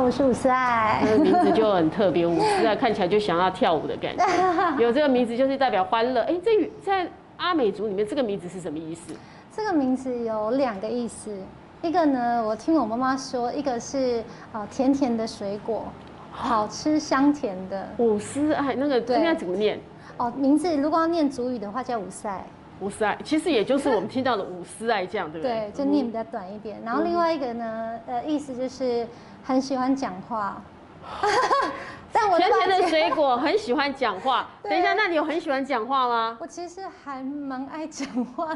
武术帅，那名字就很特别，五十代看起来就想要跳舞的 感觉。有这个名字就是代表欢乐。哎，这在阿美族里面，这个名字是什么意思？这个名字有两个意思，一个呢，我听我妈妈说，一个是呃甜甜的水果，好吃香甜的。五十哎，那个对应该怎么念？哦，名字如果要念主语的话叫五塞，五十爱，其实也就是我们听到的五十爱这样，对不对？嗯对，就念比较短一点。然后另外一个呢，呃，意思就是很喜欢讲 话，但我甜都把它甜的解水果很喜欢讲话。对等一下，那你有很喜欢讲话吗？我其实还蛮爱讲话，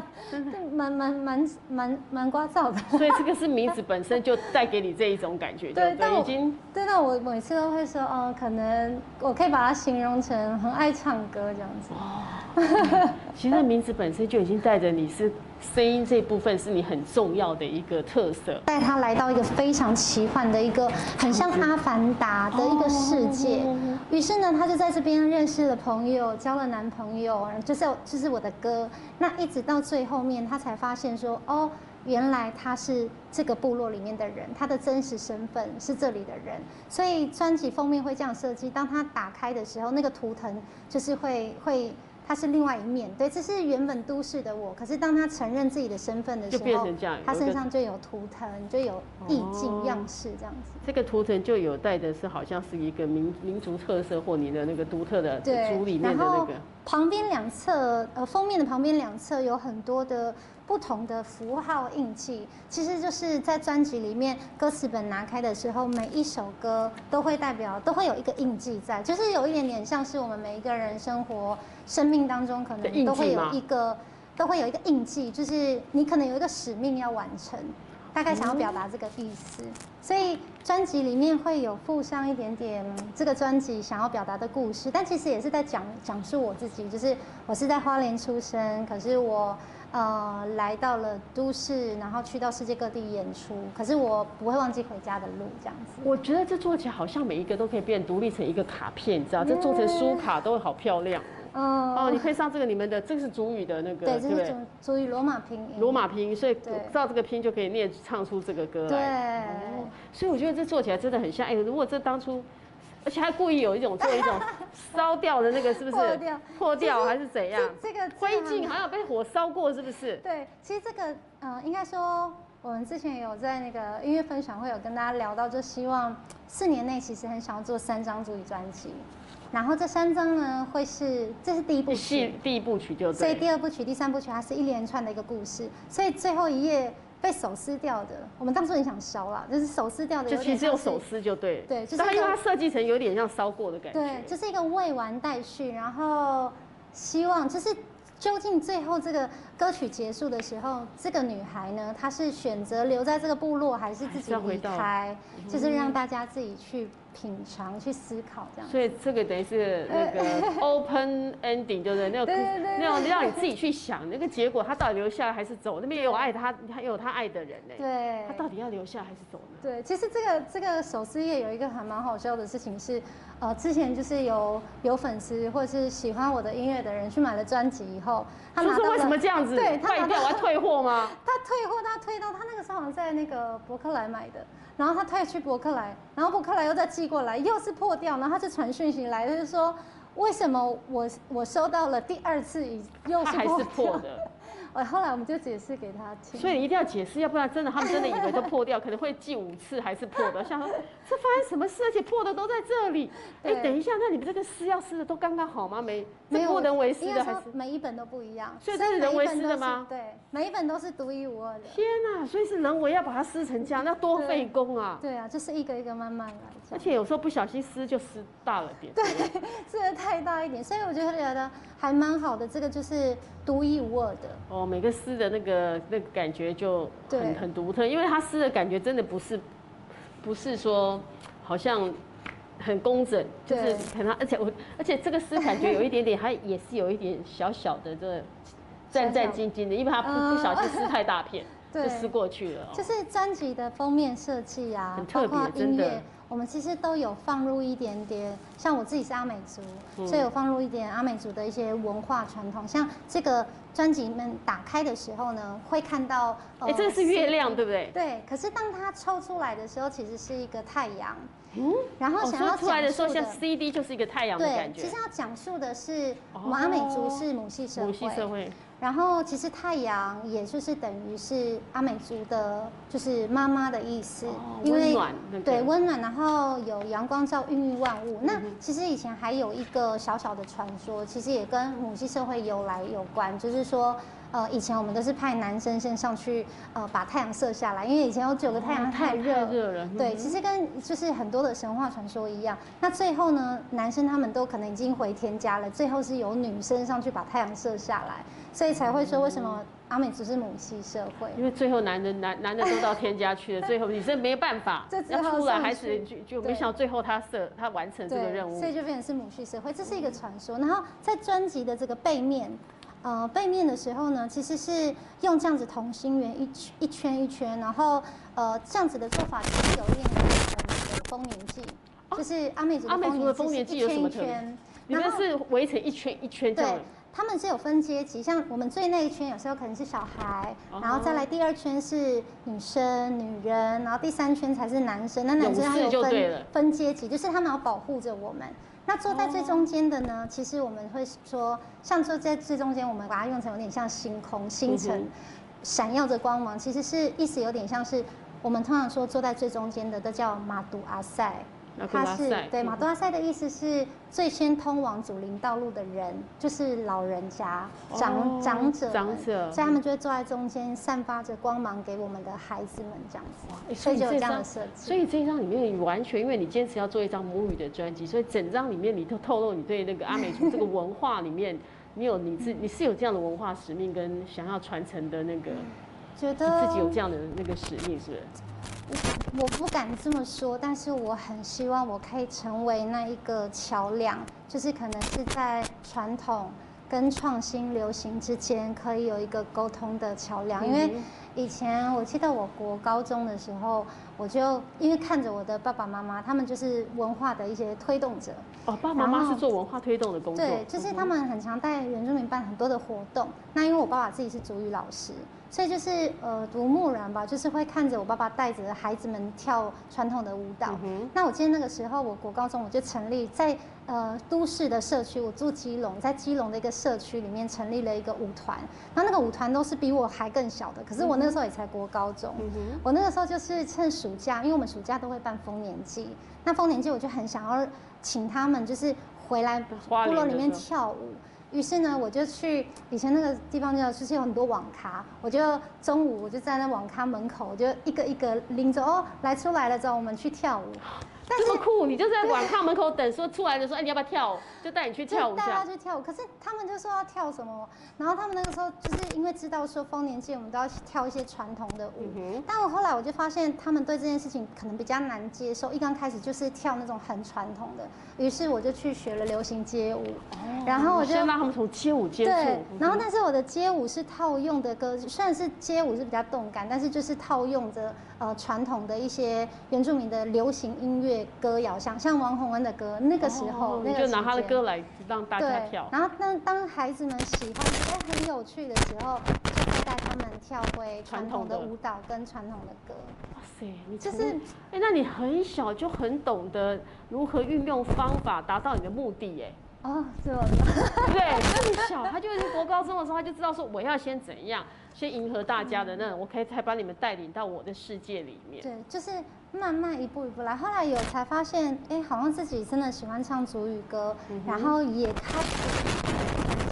蛮蛮蛮蛮蛮聒噪 的。所以这个是名字本身就带给你这一 种感觉，对对不，但对？已我经对，但我每次都会说，哦，可能我可以把它形容成很爱唱歌这样子。其实名字本身就已经带着你是声音这部分是你很重要的一个特色。带他来到一个非常奇幻的一个很像阿凡达的一个世界哦，于是呢，他就在这边认识了朋友，交了男朋友，然后就是就是我的哥。那一直到最后面，他才发现说，哦，原来他是这个部落里面的人，他的真实身份是这里的人。所以专辑封面会这样设计，当他打开的时候，那个图腾就是会会。它是另外一面，对，这是原本都市的我。可是当他承认自己的身份的时就候，变成这样他有一个身上就有图腾，就有意哦境样式这样子。这个图腾就有带的是好像是一个民民族特色或你的那个独特的族哦对，里面然的那后个。旁边两侧，呃，封面的旁边两侧有很多的不同的符号印记，其实就是在专辑里面歌词本拿开的时候，每一首歌都会代表都会有一个印记在，就是有一点点像是我们每一个人生活生命当中可的印记能都会吗有一个都会有一个印记，就是你可能有一个使命要完成。大概想要表达这个意思，所以专辑里面会有附上一点点嗯这个专辑想要表达的故事，但其实也是在讲讲述我自己，就是我是在花莲出生，可是我呃来到了都市，然后去到世界各地演出，可是我不会忘记回家的路这样子。我觉得这做起来好像每一个都可以变独立成一个卡片，你知道？这做成书卡都会好漂亮嗯，哦。你可以上这个你们的，这个是主语的那个，对，这不是主主语罗马拼音。罗马拼音，所以对照这个拼就可以念唱出这个歌对来。哦，所以我觉得这做起来真的很像。哎、如果这当初，而且还故意有一种做 一种烧掉的那个，是不是破掉破掉就是还是怎样？这这个啊灰这个烬好像被火烧过，是不是？对，其实这个呃，应该说我们之前有在那个音乐分享会有跟大家聊到，就希望四年内其实很想要做三张主语专辑，然后这三张呢会是这是第一部一曲系，第一部曲就所以对了。第二部曲、第三部曲它是一连串的一个故事，所以最后一页被手撕掉的，我们当初很想烧啦，就是手撕掉的就有点像是，其实用手撕就对了，对就是但它一因个为它设计成有点像烧过的感觉，对，就是一个未完待续，然后希望就是究竟最后这个歌曲结束的时候，这个女孩呢，她是选择留在这个部落，还是自还是己要回离到嗯开？就是让大家自己去品尝、去思考这样。所以这个等于是那个 open ending，对不对？那呃种对对对那种让你自己去想那个结果，他到底留下来还是走？那边也有爱他，他也有他爱的人呢。对他，到底要留下还是走呢？对，其实这个这个手撕页有一个还蛮好笑的事情是，呃，之前就是有有粉丝或者是喜欢我的音乐的人去买了专辑以后，他就拿是到为什么了。这样子？对他拿坏掉到我要退 货吗？他退货，他退到他那个时候好像在那个伯克莱买的，然后他退去伯克莱，然后伯克莱又再寄过来，又是破掉，然后他就传讯息来，他就说为什么我我收到了第二次已又他是还破是掉？破的， 我后来我们就解释给他听，所以一定要解释，要不然真的他们真的以为都破掉，可能会寄五次还是 破的。想说这发生什么事，而且破的都在这里。哎，对等一下，那你们这个撕要撕的都刚刚好吗？没，没这有不能为师应的该还说是？每一本都不一样，所以这是每人一为本师都的是吗对，每一本都是独一无二的。天哪、所以是人为要把它撕成这样，那多对费工啊！对啊，就是一个一个慢慢来这而样。 且有时候不小心撕就撕大了点。这个太大一点，所以我就觉得还蛮好的。这个就是独一无二的，哦，每个撕的那个那个感觉就对很很独特，因为它撕的感觉真的不是不是说好像很工整，就是对很而且我而且这个撕感觉有一点点，它也是有一点小小的这战战兢兢的，因为它不嗯不小心撕 太大片，对就撕过去了哦。就是专辑的封面设计啊很，特包括别音真的乐，我们其实都有放入一点点，像我自己是阿美族，嗯所以有放入一点阿美族的一些文化传统。像这个专辑们打开的时候呢，会看到，呃哎，这个是月哦亮，对不对？对，可是当它抽出来的时候，其实是一个太阳。嗯，然后哦想要说出来的时候，讲述像的 CD 就是一个太阳的对感，觉其实。要讲述的是哦我们阿美族是母系社母系社会，会，然后其实太阳也就是等于是阿美族的，就是妈妈的意思哦，因温为暖那个对温暖，然后有阳光照孕育万嗯物。那其实以前还有一个小小的传说，其实也跟母系社会由来有关，就是说。呃，以前我们都是派男生先上去，呃，把太阳射下来，因为以前有九个太阳太热，哦太热了。嗯对，其实跟就是很多的神话传说一样，那最后呢，男生他们都可能已经回天家了，最后是由女生上去把太阳射下来，所以才会说为什么阿美族是母系社会。因为最后男的男男的都到天家去了，最后女生没办法这，只要好出来，上还去是就就对没想到最后他设他完成这个任务所。以就变成是母系社会，这是一个传说。然后在专辑的这个背面，呃，背面的时候呢，其实是用这样子同心圆一圈一圈一圈，然后呃这样子的做法其实有练到我们的丰年祭，就是阿美族的哦阿美族的丰丰年年祭祭有是什一圈一么特别圈，你们是围成一圈一圈这样对的，，他们是有分阶级，像我们最内圈有时候可能是小孩，哦然后再来第二圈是女生、女人，然后第三圈才是男生。那男生他勇士就有对了分分阶级，就是他们要保护着我们。那坐在最中间的呢，其实我们会说，像坐在最中间，我们把它用成有点像星空、星嗯辰，闪耀着光芒，其实是意思有点像是我们通常说坐在最中间的都叫马杜阿塞马。杜阿他塞是对嗯马杜阿塞的意思是最先通往祖灵道路的人，就是老人家、哦长长者们、长者所以他们就会坐在中间，散发着光芒给我们的孩子们这样诶子，所所以以就有这这样张的设计。所以这一张里面你完全因为你坚持要做一张母语的专辑，所以整张里面你都透露你对那个阿美族这个文化 里面，你有你自你是有这样的文化使命跟想要传承的那个，嗯觉你得自己有这样的那个使命是不是？我不敢这么说，但是我很希望我可以成为那一个桥梁，就是可能是在传统跟创新流行之间可以有一个沟通的桥梁。因为以前我记得我国高中的时候，我就因为看着我的爸爸妈妈，他们就是文化的一些推动者，哦，爸爸妈妈然后是做文化推动的工作，嗯对，就是他们很常带原住民办很多的活动。那因为我爸爸自己是主语老师，所以就是呃耳濡目染吧，就是会看着我爸爸带着孩子们跳传统的舞蹈。嗯那我记得那个时候，我国高中我就成立在呃都市的社区，我住基隆，在基隆的一个社区里面成立了一个舞团。那那个舞团都是比我还更小的，可是嗯我那个时候也才国高中。我那个时候就是趁暑假，因为我们暑假都会办丰年祭，那丰年祭我就很想要请他们就是回来花部莲落的里面时候跳舞。于是呢，我就去以前那个地方叫就是有很多网咖，我就中午我就站在网咖门口，我就一个一个拎着哦，来出来了，走，我们去跳舞。但这是么酷，你就在网咖门口等，说出来的时候，哎，你要不要跳舞？就带你去跳就舞带这他样。去跳舞，可是他们就说要跳什么，然后他们那个时候就是因为知道说丰年祭我们都要跳一些传统的舞，嗯但我后来我就发现他们对这件事情可能比较难接受，一刚开始就是跳那种很传统的，于是我就去学了流行街舞，哦啊然后我就先让他们从街舞接对触，，然后但是我的街舞是套用的歌，虽然是街舞是比较动感，但是就是套用着呃传统的一些原住民的流行音乐歌谣，像像王洪恩的歌，那个时候、哦那你个就拿他时的间歌来让大家对，跳。然后当当孩子们喜欢觉得很有趣的时候，就会带他们跳回传统的传统的舞蹈跟传统的歌。哇塞，你就就是是哎，那你很小就很懂得如何运用方法达到你的目的，哎，哦，是我的。对不对，这么小他就是国高中的时候，他就知道说我要先怎样，先迎合大家的那种，我可以才把你们带领到我的世界里面。对，就是慢慢一步一步来。后来有才发现，哎，好像自己真的喜欢唱主语歌，嗯然后也开始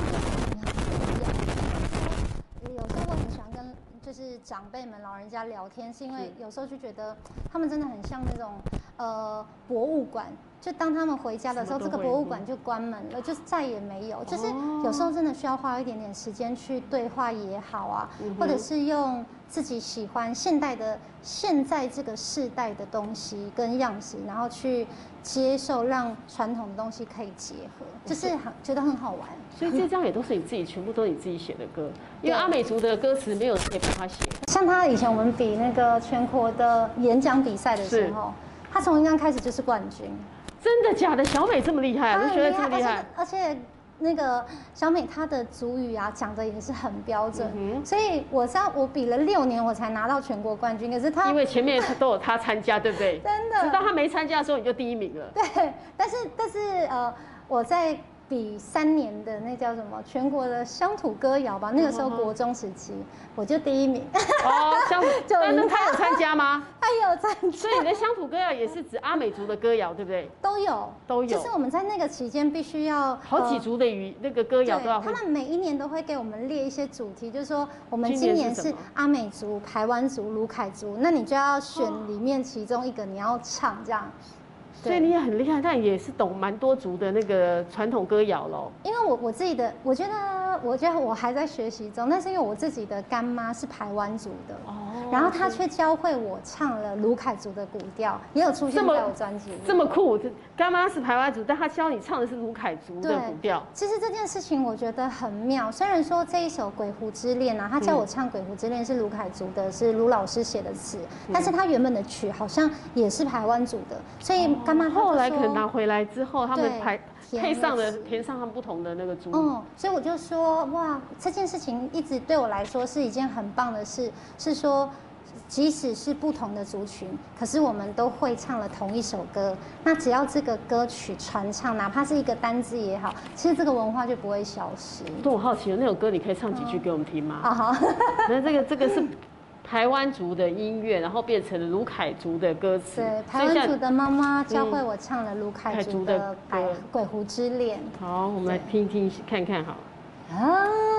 有时候我很喜欢跟就是长辈们、老人家聊天，是因为有时候就觉得他们真的很像那种呃博物馆。就当他们回家的时候，什么这都个会嗯哦博物馆就关门了，就是再也没有。就是有时候真的需要花一点点时间去对话也好啊，嗯或者是用自己喜欢现代的现在这个世代的东西跟样式，然后去接受让传统的东西可以结合，就是很觉得很好玩。所以这张也都是你自己，全部都是你自己写的歌，因为对阿美族的歌词没有谁帮他写。像他以前我们比那个全国的演讲比赛的时候，他从一刚开始就是冠军，真的假的？小美这么厉害，他卢很学瑞这么而厉害且，啊而且那个小美她的主语啊讲的也是很标准，嗯所以我知道我比了六年我才拿到全国冠军，可是她因为前面都有她参加，对不对？真直到的她没参加的时候，你就第一名了。对， 但是但是呃我在。比三年的那叫什么全国的乡土歌谣吧，那个时候嗯嗯嗯国中时期我就第一名， 哦，乡土，就但是赢她有参加吗？他也有参加所以你的乡土歌谣也是指阿美族的歌谣，对不对？都有都有就是我们在那个期间必须要好几呃族的语那个歌对，谣都要会他。们每一年都会给我们列一些主题，就是说我们今今年年是什是么阿美族、排湾族、卢凯族，那你就要选里面其中一个你要唱这样。所以你也很厉害，但也是懂蛮多族的那个传统歌谣喽。因为我我自己的，我觉得我觉得我还在学习中，但是因为我自己的干妈是排湾族的。哦然后她却教会我唱了卢凯族的古调，也有出现这么在我专辑里。这么酷，这干妈是排湾族，但她教你唱的是卢凯族的古调。其实这件事情我觉得很妙，虽然说这一首《鬼狐之恋》啊，他嗯叫我唱《鬼狐之恋》是卢凯族的，是卢老师写的词，嗯但是他原本的曲好像也是台湾族的，所以干妈她就哦后来可能说拿回来之后，他们对排填配上了词填上他们不同的那个族语。嗯，所以我就说，哇，这件事情一直对我来说是一件很棒的事，是说，即使是不同的族群，可是我们都会唱了同一首歌。那只要这个歌曲传唱，哪怕是一个单字也好，其实这个文化就不会消失。不过我好奇，那首歌你可以唱几句给我们听吗？啊好， 那这个这个是台湾族的音乐，然后变成了卢凯族的歌词。对，所台以湾现在族的妈妈教会我唱了卢凯族的凯族的《歌鬼狐之恋》。好，我们来听听看看好了。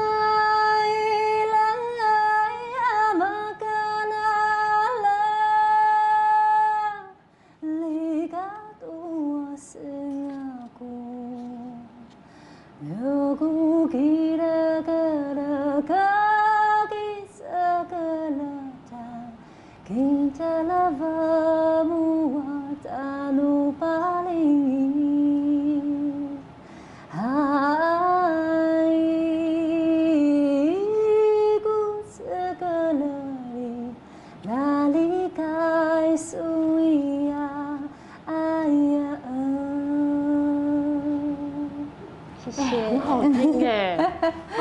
Kita lava muata no palingi. Hai gusagalari lalikai suya aya. 谢很谢。好听 哎，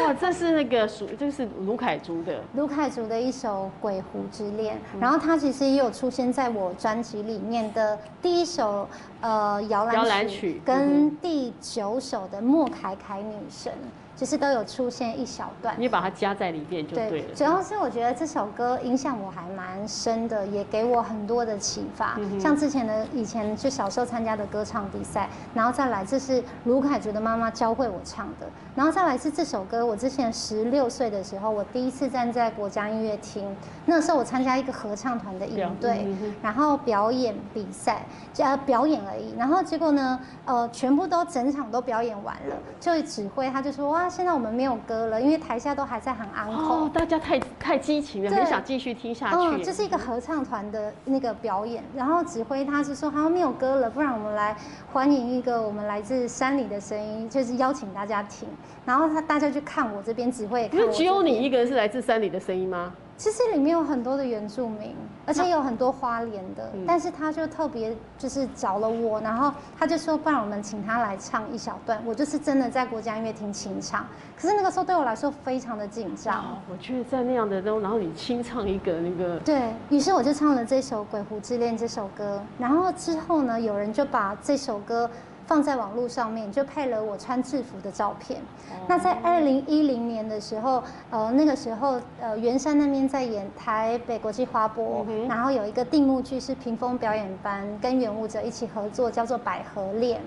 哇，这是那个属，这是卢凯族的，卢凯族的一首《鬼狐之恋》，然后它其实也有出现在我专辑里面的第一首呃摇摇篮篮曲嗯曲，跟第九首的莫凯凯女神，就是都有出现一小段。你把它加在里面就对了。主要是我觉得这首歌影响我还蛮深的，也给我很多的启发。嗯像之前的以前就小时候参加的歌唱比赛，然后再来这是卢凯族的妈妈教会我唱的，然后再来是这首歌，我之前十六岁的时候，我第一次站在国家音乐厅，那时候我参加一个合唱团的营队，嗯然后表演比赛，呃表演而已，然后结果呢，呃全部都整场都表演完了，就指挥他就说哇，现在我们没有歌了，因为台下都还在喊安口。哦，大家太太激情了，对很想继续听下嗯，去。这是一个合唱团的那个表演，然后指挥他是说好像没有歌了，不然我们来欢迎一个我们来自山里的声音，就是邀请大家听。然后他大家就看我这边指挥，也不看我是这边只有你一个人是来自山里的声音吗？其实里面有很多的原住民，而且有很多花莲的，但是他就特别就是找了我，然后他就说，不然我们请他来唱一小段。我就是真的在国家音乐厅清唱，可是那个时候对我来说非常的紧张。哦，我觉得在那样的都，然后你清唱一个那个，对于是，我就唱了这首《鬼狐之恋》这首歌，然后之后呢，有人就把这首歌放在网络上面，就配了我穿制服的照片。哦那在二零一零年的时候，呃，那个时候呃，圆山那边在演台北国际哦花博，嗯然后有一个定目剧是屏风表演班跟演舞者一起合作，叫做《百合恋》。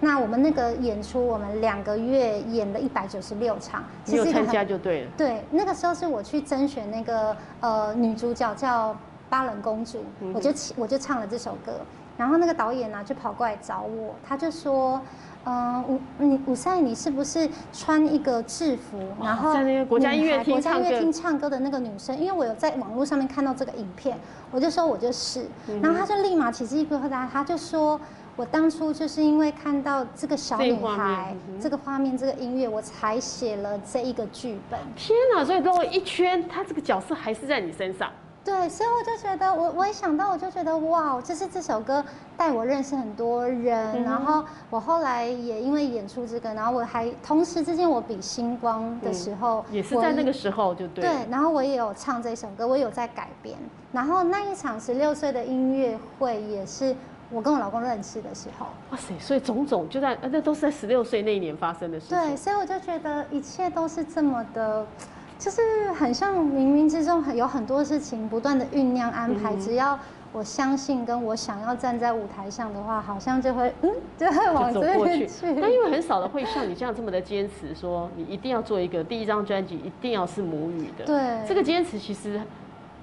那我们那个演出，我们两个月演了一百九十六场，你其有实一个参很加就对了。对，那个时候是我去甄选那个呃女主角叫巴冷公主，嗯我就起我就唱了这首歌，然后那个导演呢、就跑过来找我，他就说。嗯，伍你伍赛，你是不是穿一个制服，哇然后哦在那个国家音乐女孩厅国家音唱歌乐厅唱歌的那个女生？因为我有在网络上面看到这个影片，我就说我就是，嗯然后他就立马起鸡皮疙瘩，他就说我当初就是因为看到这个小这个女画面孩嗯、哼这个画面、这个音乐，我才写了这一个剧本。天哪！所以绕了一圈，他这个角色还是在你身上。对，所以我就觉得，我我一想到我就觉得，哇，就是这首歌带我认识很多嗯人，然后我后来也因为演出这个，然后我还同时之间我比星光的时候，嗯也是我在那个时候就对对了。然后我也有唱这首歌，我有在改编，然后那一场十六岁的音乐会也是我跟我老公认识的时候，哇塞，所以种种就在呃那都是在十六岁那一年发生的事情。对，所以我就觉得一切都是这么的，就是很像冥冥之中很有很多事情不断的酝酿安嗯排，只要我相信跟我想要站在舞台上的话，好像就会嗯就会往就走这过边去去。。但因为很少人会像你这样这么的坚持，说你一定要做一个第一张专辑一定要是母语的。对这个坚持其实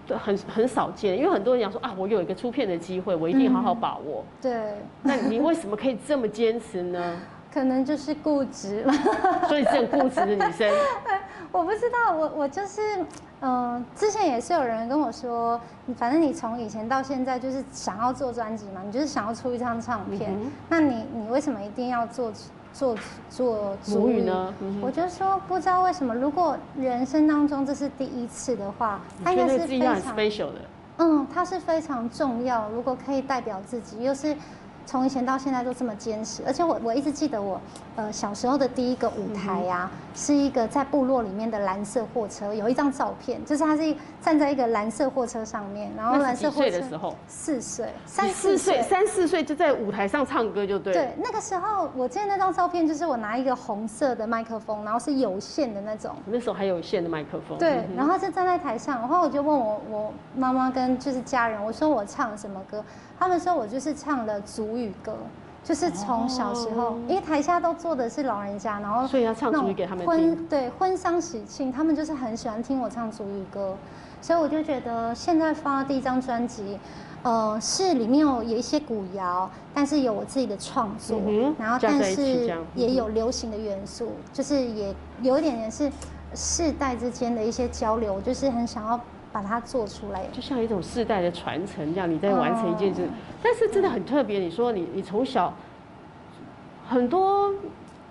对很很少见，因为很多人讲说啊，我有一个出片的机会，我一定好好把握。对，那你为什么可以这么坚 持呢？可能就是固执吧。所以这种固执的女 生，我不知道，我我就是，嗯、之前也是有人跟我说，你反正你从以前到现在就是想要做专辑嘛，你就是想要出一张唱片，嗯哼那你你为什么一定要做做做主母语呢嗯哼我就说不知道为什么，如果人生当中这是第一次的话，它你应觉该哎得是自非己要很常 special 的。嗯，它是非常重要。如果可以代表自己，又是从以前到现在都这么坚持，而且我我一直记得我呃小时候的第一个嗯舞台呀、是一个在部落里面的蓝色货车，有一张照片，就是他是站在一个蓝色货车上面，然后那蓝是色几货岁车的时候？四岁，三你四岁。三四岁就在舞台上唱歌就对了。对，那个时候我记得那张照片，就是我拿一个红色的麦克风，然后是有线的那种，那时候还有线的麦克风。对嗯，然后就站在台上，然后我就问我我妈妈跟就是家人，我说我唱什么歌，他们说我就是唱了族语歌，就是从小时候，哦因为台下都坐的是老人家，然后所以要唱哦那种族语给他们听婚对婚丧喜庆，他们就是很喜欢听我唱族语歌，所以我就觉得现在发第一张专辑。呃，是里面有有一些古谣，但是有我自己的创作，嗯哼然后加但在一起这是样也嗯哼有流行的元素，就是也有一点点是世代之间的一些交流，就是很想要把它做出来。就像一种世代的传承这样，你在完成一件哦事，但是真的很特别。你说你你从小很多，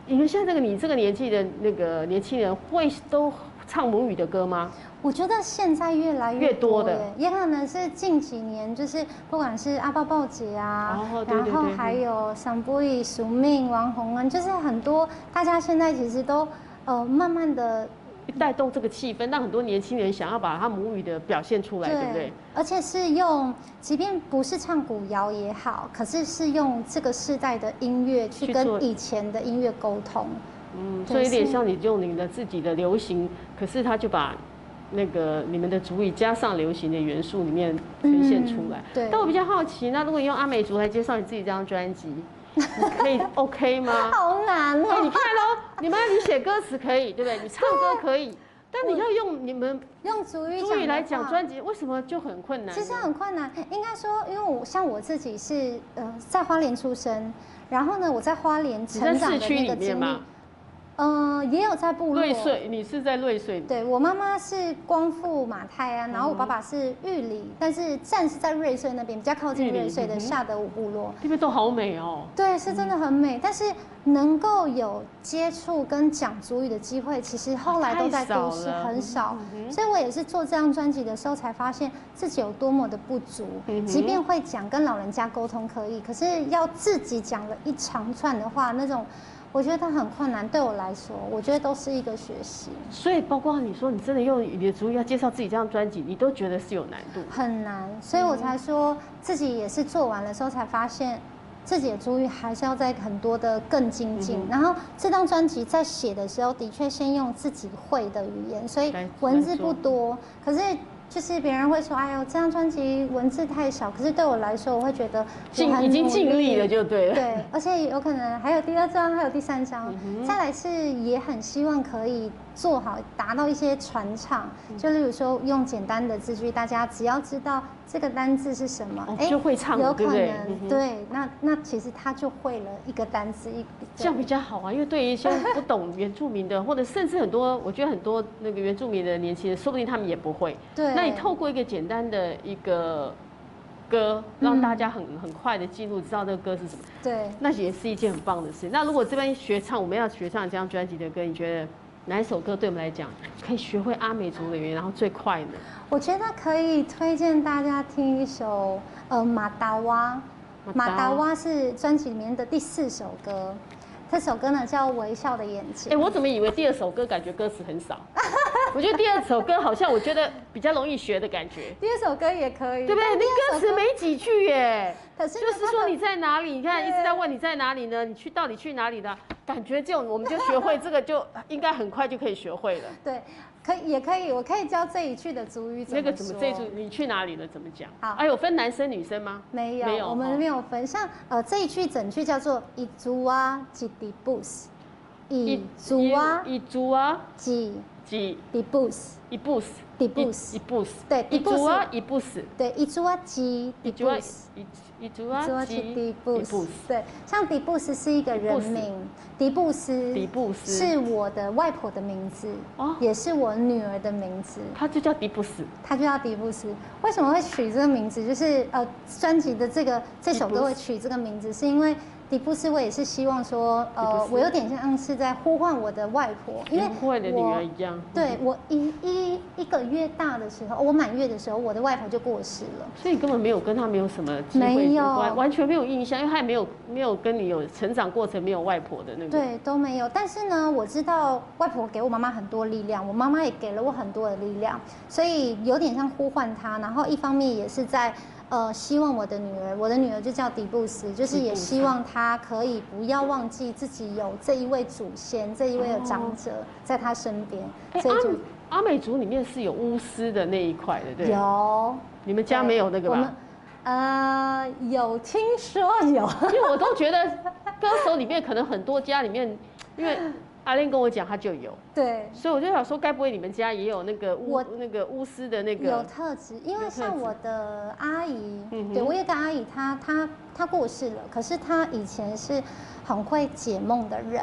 你们现在这个你这个年纪的那个年轻人会都唱母语的歌吗？我觉得现在越来越多多的耶，也可能是近几年，就是不管是阿豹豹姐啊，哦对对然后对还嗯有桑布里、署命、王洪恩，就是很多大家现在其实都呃慢慢的带动这个气氛，让很多年轻人想要把他母语的表现出来，对不对？而且是用，即便不是唱古谣也好，可是是用这个世代的音乐去去做跟以前的音乐沟通。嗯，对所以有点是像你用你的自己的流行，可是他就把那个你们的主语加上流行的元素里面呈现出来。嗯对但我比较好奇，那如果你用阿美族来介绍你自己这张专辑，你 可以 OK 吗？好难哎，你哦，看喽，你们你写歌词可以，对不对？你唱歌可以，但你要用你们用主语主讲语的来讲话专辑，为什么就很困难呢？其实很困难，应该说，因为我像我自己是呃在花莲出生，然后呢我在花莲你在成长市的区那里个面经历嘛，，呃也有在部落。瑞穗，你是在瑞穗。对我妈妈是光复马泰安，然后我哦爸爸是玉里，但是站是在瑞穗那边，比较靠近玉里瑞穗嗯的哼下德武部落。那边都好美哦，对，是真的很美，但是能够有接触跟讲主语的机会，其实后来都在都市太少了很少，嗯所以我也是做这张专辑的时候才发现自己有多么的不足。嗯哼即便会讲跟老人家沟通可以，可是要自己讲了一长串的话，那种我觉得很困难。对我来说，我觉得都是一个学习，所以包括你说你真的用你的主语要介绍自己这张专辑，你都觉得是有难度。嗯很难，所以我才说自己也是做完了之后才发现。自己的主语还是要在很多的更精进，嗯然后这张专辑在写的时候，的确先用自己会的语言，所以来文字来做不多，可是就是别人会说，哎呦，这张专辑文字太少，可是对我来说，我会觉得我尽很已经努尽力了就对了。嗯对，而且有可能还有第二张，还有第三张。再来是也很希望可以做好，达到一些传唱，嗯就例如说用简单的字句，大家只要知道这个单字是什么哦，诶就会唱了有对可不能对嗯哼对那那其实他就会了一个单字一 这样比较好啊，因为对于一些不懂原住民的，或者甚至很多，我觉得很多那个原住民的年轻人，说不定他们也不会。对那你透过一个简单的一个歌，让大家很、很快的进入，知道这个歌是什么，对。那也是一件很棒的事。那如果这边学唱，我们要学唱这张专辑的歌，你觉得哪一首歌对我们来讲可以学会阿美族的语言，然后最快呢？我觉得可以推荐大家听一首呃《马达哇》，《马达哇》是专辑里面的第四首歌，这首歌呢叫《微笑的眼睛哎、》。我怎么以为第二首歌感觉歌词很少？我觉得第二首歌好像我觉得比较容易学的感觉，第二首歌也可以，对不对？嗯但第二那首歌词没几句耶，可是就呢是说你在哪里？你看对一直在问你在哪里呢？你去到底去哪里呢？感觉这种我们就学会这个就应该很快就可以学会了。对，可以也可以，我可以教这一句的族语怎么那个怎么说这一组你去哪里了？怎么讲？好哎，有分男生女生吗？没有，没有我们哦没有分。像呃这一句整句叫做一族啊几迪布斯，一族啊一组啊，几几迪布斯，一步死，一步死一步死，对一一步死组啊，一步死，对，一族啊几一迪组啊布斯。，一一组一族啊，啊几几迪布一步斯死，对，像迪布斯是一个迪布人斯名，迪布斯迪布斯是我的外婆的名字哦，也是我女儿的名字。他就叫迪布斯，他就叫迪布斯。为什么会取这个名字？就是呃，专辑的这个这首迪歌布斯会取这个名字，是因为迪布斯，我也是希望说，迪布呃斯，我有点像是在呼唤我的外婆，因为跟慧的女我儿一样。对我一一一个月大的时候，我满月的时候，我的外婆就过世了。所以根本没有跟他没有什么机会没有完完全没有印象，因为他也没有没有跟你有成长过程，没有外婆的那个。，对，都没有。但是呢，我知道外婆给我妈妈很多力量，我妈妈也给了我很多的力量，所以有点像呼唤她。然后一方面也是在呃，希望我的女儿，我的女儿就叫迪布斯，就是迪布也斯希望她可以不要忘记自己有这一位祖先，这一位的长者在她身边，哎、所以就阿阿美族里面是有巫师的那一块的，对不对？有你们家没有那个我吧们？呃，有听说 有。因为我都觉得歌手里面可能很多家里面，因为阿莲跟我讲他就有，对，所以我就想说，该不会你们家也有那个巫我那个巫师的那有个？特质，因有为特像质我的阿姨，嗯哼对我有一个阿姨，她她她过世了，可是她以前是很会解梦的人，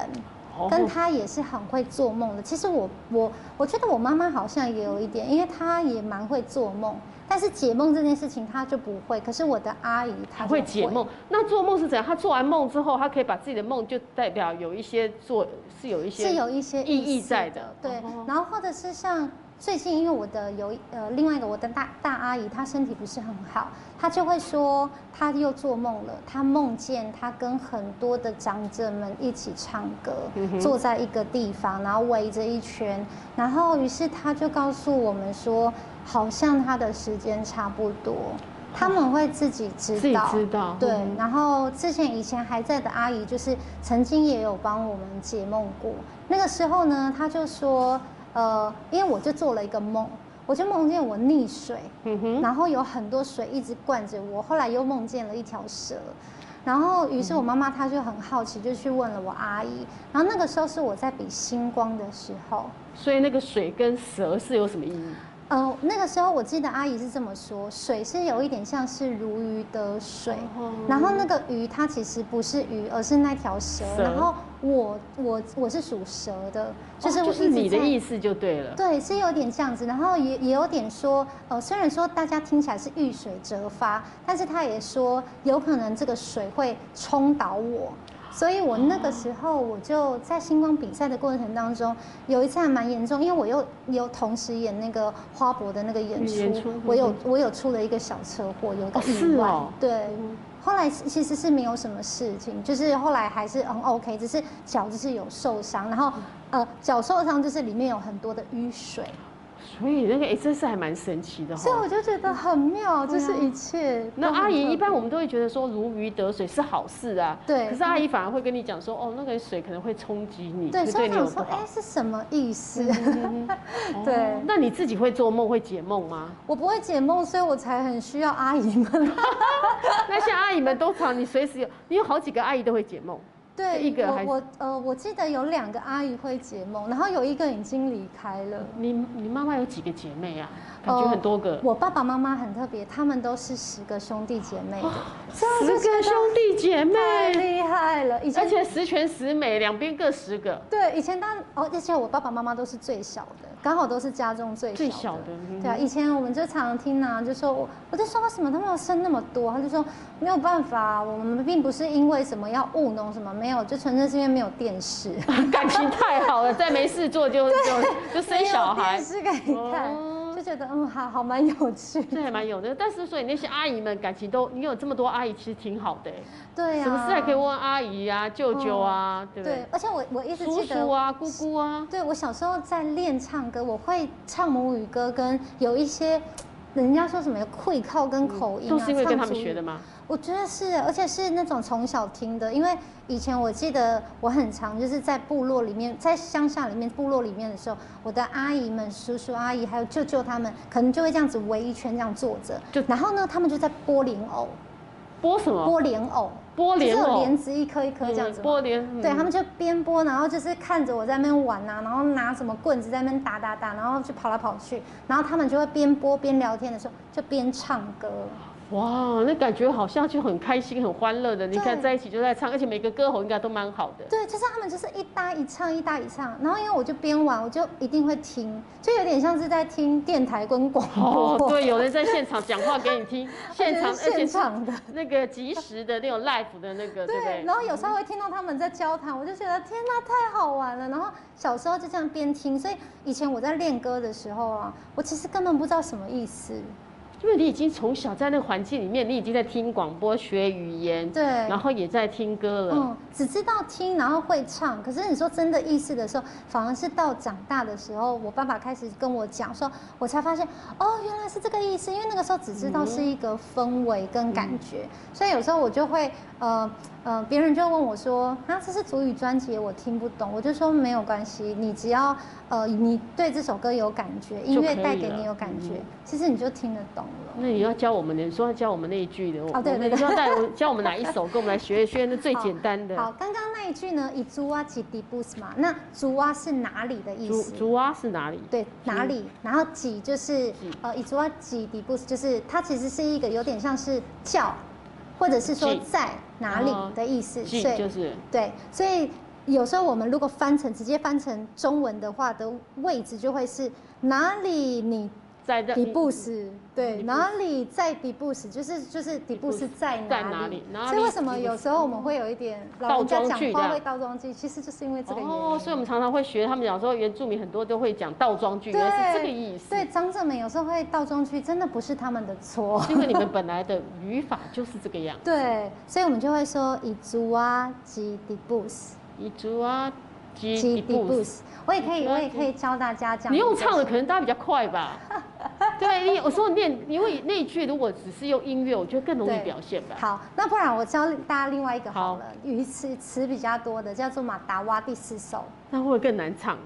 哦跟她也是很会做梦的。其实我我我觉得我妈妈好像也有一点，因为她也蛮会做梦，但是解梦这件事情她就不会。可是我的阿姨她还就会解梦，那做梦是怎样？他做完梦之后，他可以把自己的梦就代表有一些做是有一些是有一些意义思在的对哦。然后或者是像最近，因为我的有一呃另外一个我的大大阿姨，她身体不是很好，她就会说她又做梦了，她梦见她跟很多的长者们一起唱歌，嗯坐在一个地方，然后围着一圈，然后于是她就告诉我们说，好像她的时间差不多。他们会自己知哦自己道，知道对，嗯然后之前以前还在的阿姨，就是曾经也有帮我们解梦过。那个时候呢，她就说，呃，因为我就做了一个梦，我就梦见我溺水，嗯哼，然后有很多水一直灌着我，后来又梦见了一条蛇。然后，于是我妈妈她就很好奇，就去问了我阿姨。然后那个时候是我在比星光的时候，所以那个水跟蛇是有什么意义？呃，那个时候我记得阿姨是这么说，水是有一点像是如鱼得水，哦然后那个鱼它其实不是鱼，而是那条蛇。蛇然后我我我是属蛇的，就是哦我就是一直你的在意思就对了。对，是有点这样子，然后也也有点说，呃，虽然说大家听起来是遇水则发，但是他也说有可能这个水会冲倒我，所以我那个时候我就在星光比赛的过程当中，有一次还蛮严重，因为我又有同时演那个花博的那个演出，演出我有嗯我有出了一个小车祸，有一个哦意是外，哦对。嗯后来其实是没有什么事情，就是后来还是很 OK，只是脚就是有受伤，然后嗯呃脚受伤就是里面有很多的淤水，所以那个哎、真是还蛮神奇的所以哈我。就觉得很妙，对就啊是一切。那阿姨一般我们都会觉得说如鱼得水是好事啊，对可是阿姨反而会跟你讲说，哦，那个水可能会冲击你，对，会所对以你我有想不说，哎好，。嗯是什么意思？哦 对那你自己会做梦会解梦吗？我不会解梦，所以我才很需要阿姨 们。那像阿姨们都常，你随时有，你有好几个阿姨都会解梦，对，一个还是我我呃，我记得有两个阿姨会解梦，然后有一个已经离开了。你你妈妈有几个姐妹啊？感觉很多个，哦我爸爸妈妈很特别，他们都是十个兄弟姐妹的，这样哦十就觉个得兄弟姐太妹，厉害了。以前而且十全十美，两边各十个。 对，以前当哦，而且我爸爸妈妈都是最小的，刚好都是家中最小的。最小的嗯对啊，以前我们就常常听啊，就说我我就说为什么他们要生那么多？他就说没有办法，我们并不是因为什么要务农什么，没没有，就纯粹是因为没有电视，感情太好了，再没事做就就就生小没有孩电，视可以哦看，就觉得嗯，好好蛮有趣的。这还蛮有的。但是所以那些阿姨们感情都，你有这么多阿姨，其实挺好的欸、对啊，嗯什么事还可以问阿姨啊、舅舅啊，对不对对？，而且我我一直叔记得叔啊、姑姑啊，对，我小时候在练唱歌，我会唱母语歌，跟有一些人家说什么会靠跟口音、啊嗯都是因为跟他唱们族语学的嘛。我觉得是，而且是那种从小听的，因为以前我记得我很常就是在部落里面，在乡下里面部落里面的时候，我的阿姨们、叔叔阿姨还有舅舅他们，可能就会这样子围一圈这样坐着就，然后呢，他们就在剥莲藕，剥什么？剥莲藕，剥就是莲有藕，莲子一颗一颗这样子嗯嘛。剥莲，对他们们就边剥，然后就是看着我在那边玩啊，然后拿什么棍子在那边打打打，然后就跑来跑去，然后他们就会边剥边聊天的时候就边唱歌。哇，那感觉好像就很开心、很欢乐的。你看对在一起就在唱，而且每个歌喉应该都蛮好 的。对，就是他们就是一搭一唱，一搭一唱。然后因为我就边玩，我就一定会听，就有点像是在听电台跟广播。哦，对，有人在现场讲话给你听，现场，而且是而 且现是场的。那个及时的那种 live 的那个，对不对？然后有时候会听到他们在交谈，我就觉得天呐，太好玩了。然后小时候就这样边听，所以以前我在练歌的时候啊，我其实根本不知道什么意思。因为你已经从小在那个环境里面，你已经在听广播学语言，对，然后也在听歌了。嗯，只知道听，然后会唱。可是你说真的意识的时候，反而是到长大的时候，我爸爸开始跟我讲说，我才发现哦，原来是这个意思。因为那个时候只知道是一个氛围跟感觉，所以有时候我就会呃呃，别人就问我说，啊，这是主语专辑，我听不懂。我就说没有关系，你只要呃你对这首歌有感觉，音乐就可以带给你了有感觉，嗯其实你就听得懂了。那你要教我们的，你说要教我们那一句的，我哦对我对们对你要带我教我们哪一首，跟我们来学一学那最简单的。好，刚刚那一啊句呢，以竹蛙及迪布斯嘛，那竹蛙是哪里的意竹思？竹蛙是哪里？对哪里？然后几就是几呃，以竹蛙几迪布斯，就是它其实是一个有点像是叫，或者是说几在哪里哦的意思，记所以就是对，所以有时候我们如果翻成直接翻成中文的话的位置就会是哪里你在的迪布斯，对，迪布斯哪里在迪布斯，就是就是迪布斯在在哪哪里里？哪里所以为什么迪布斯有时候我们会有一点老倒人家装讲句话的会倒装句，其实就是因为这个原因。哦，所以我们常常会学他们讲说原住民很多都会讲倒装句，对原来是这个意思。对，张正美有时候会倒装句，真的不是他们的错。 因为你们本来的语法就是这个样。对，所以我们就会说以足啊及迪布斯，以竹啊蛙击及迪迪布布斯，斯。我也可以，以足我啊也可以教大家讲。你用唱的可能大家比较快 吧。对，你有时候念，因为那一句如果只是用音乐，我觉得更容易对表现吧。好，那不然我教大家另外一个好好了，语词词比较多的叫做马达哇第四首。那会不会更难 唱？